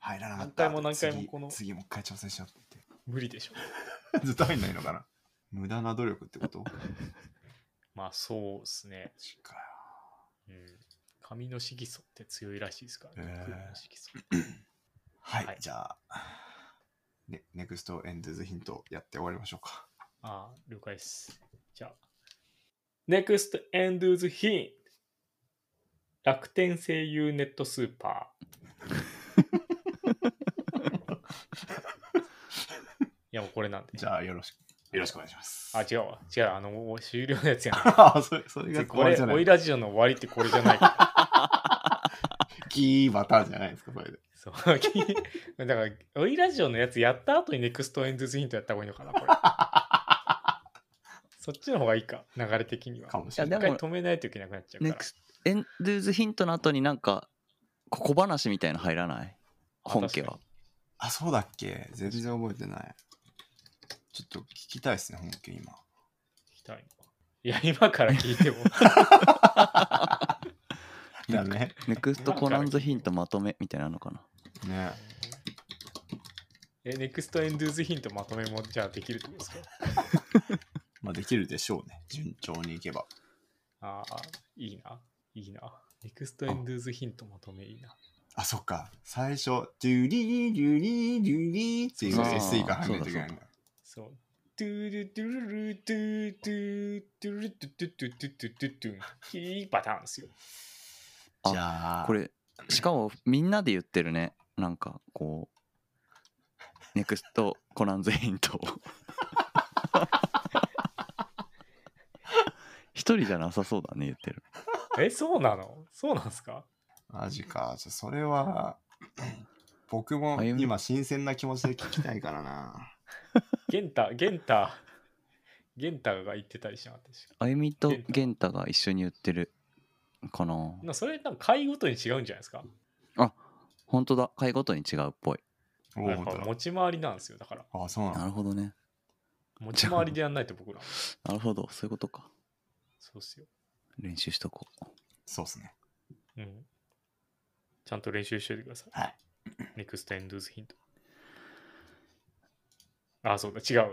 Speaker 3: 入らなか
Speaker 2: 何
Speaker 3: った。
Speaker 2: 回も何回も
Speaker 3: 次
Speaker 2: この
Speaker 3: 次もう一回挑戦しようって
Speaker 2: 無理でしょ。
Speaker 3: 言って。ずっ と入んないのかな無駄な努力ってこと
Speaker 2: まあ、そうですね。
Speaker 3: か
Speaker 2: うん。髪の色素って強いらしいですからね。
Speaker 3: へえ
Speaker 2: 黒の色素。
Speaker 3: はい、
Speaker 2: はい
Speaker 3: じゃあ、ね、ネクストエンドゥズヒントやって終わりましょうか。
Speaker 2: ああ、了解です。じゃあ、NEXT ENDUS HINT 楽天声優ネットスーパ ー。いや、もうこれなんで。
Speaker 3: じゃあ、よろしく、よろしくお願いします。
Speaker 2: あ、違うわ違う、あの、もう終了のやつ やな。
Speaker 3: あ、それ、それが
Speaker 2: こ
Speaker 3: これ
Speaker 2: れ、
Speaker 3: じゃな
Speaker 2: オイ
Speaker 3: い。
Speaker 2: ラジオの終わりってこれじゃ ないから。
Speaker 3: キーバターじゃないですか、それで。
Speaker 2: そう。 だから、オイラジオのやつやった後に NEXT ENDUS HINT やった方がいいのかな、これ。 そっちの方がいいか、流れ的には。
Speaker 3: かもし
Speaker 2: 一
Speaker 3: れ
Speaker 4: い
Speaker 3: な
Speaker 4: や
Speaker 3: い。
Speaker 4: でも
Speaker 2: 回止めないといけなくなっちゃうから。
Speaker 4: NEXT エンドゥーズヒントの後になんか小話みたいなの入らない
Speaker 2: あ
Speaker 4: 本家
Speaker 2: 確か
Speaker 4: は
Speaker 3: あ、そうだっけ全然覚えてない。ちょっと聞きたいですね、本気今。
Speaker 2: 聞きたいのいや、今から聞いても。
Speaker 3: だね。
Speaker 4: ネクストコナンズヒントまとめみたいなのかな
Speaker 3: ね。
Speaker 2: え、ネクストエンドゥーズヒントまとめもじゃあできるってことですか
Speaker 3: まあ、できるでしょうね。順調にいけば。
Speaker 2: ああ、いいな。いいな。ネクストエンドゥーズヒントまとめいいな。
Speaker 3: あ、そっか。最初、ドゥリー、ドゥリー、ドゥリーっていう
Speaker 4: そうそう
Speaker 3: SE が入んないといけないんだ。
Speaker 2: そう。トゥルトゥルルトゥトゥトゥルトゥトゥトゥトゥトゥトゥトゥンキーパターンですよ。
Speaker 4: そうそう
Speaker 3: じゃあ、
Speaker 4: これしかもみんなで言ってるねなんかこうネクストコナンズヒン トを一人じゃなさそうだね言ってる
Speaker 2: え、そうなのそうなんすか
Speaker 3: マジか。じゃあそれは、僕も
Speaker 4: あゆみ
Speaker 3: 今、新鮮な気持ちで聞きたいからな。
Speaker 2: ゲンタ、ゲンタ、ゲンタが言ってたりしなかったでしょ
Speaker 4: あゆみと
Speaker 2: ゲンタ
Speaker 4: ゲンタが一緒に言ってるかな
Speaker 2: なんかそれなんか回ごとに違うんじゃないですか
Speaker 4: 本当だ回ごとに違うっぽい
Speaker 3: お
Speaker 2: や
Speaker 3: お、
Speaker 2: っ
Speaker 3: 本
Speaker 2: ぱ
Speaker 3: 当
Speaker 2: 持ち回りなんですよ。だから、
Speaker 3: だ。あ、そうな
Speaker 4: な
Speaker 3: の。
Speaker 4: るほどね
Speaker 2: 持ち回りでやんないと僕ら。
Speaker 4: なるほどそういうことか
Speaker 2: そうっすよ。
Speaker 4: 練習しとこう
Speaker 3: そうっすね。
Speaker 2: うん。ちゃんと練習しておいてください。
Speaker 3: はい。
Speaker 2: ネクストエンドゥーズヒント。あ、そうだ、違う。ネ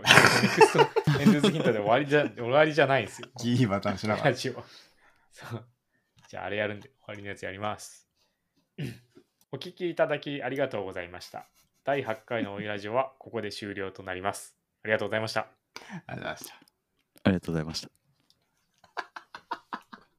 Speaker 2: クストエンドゥーズヒントで終わりじゃ終わりじゃないんですよ。
Speaker 3: ギーバターしなが
Speaker 2: ラ
Speaker 3: ら。
Speaker 2: ジオはそうじゃあ、あれやるんで、終わりのやつやります。 お聞きいただきありがとうございました。第8回のオイラジオはここで終了となります。ありがとうございました。
Speaker 3: ありがとうございました。
Speaker 4: ありがとうございました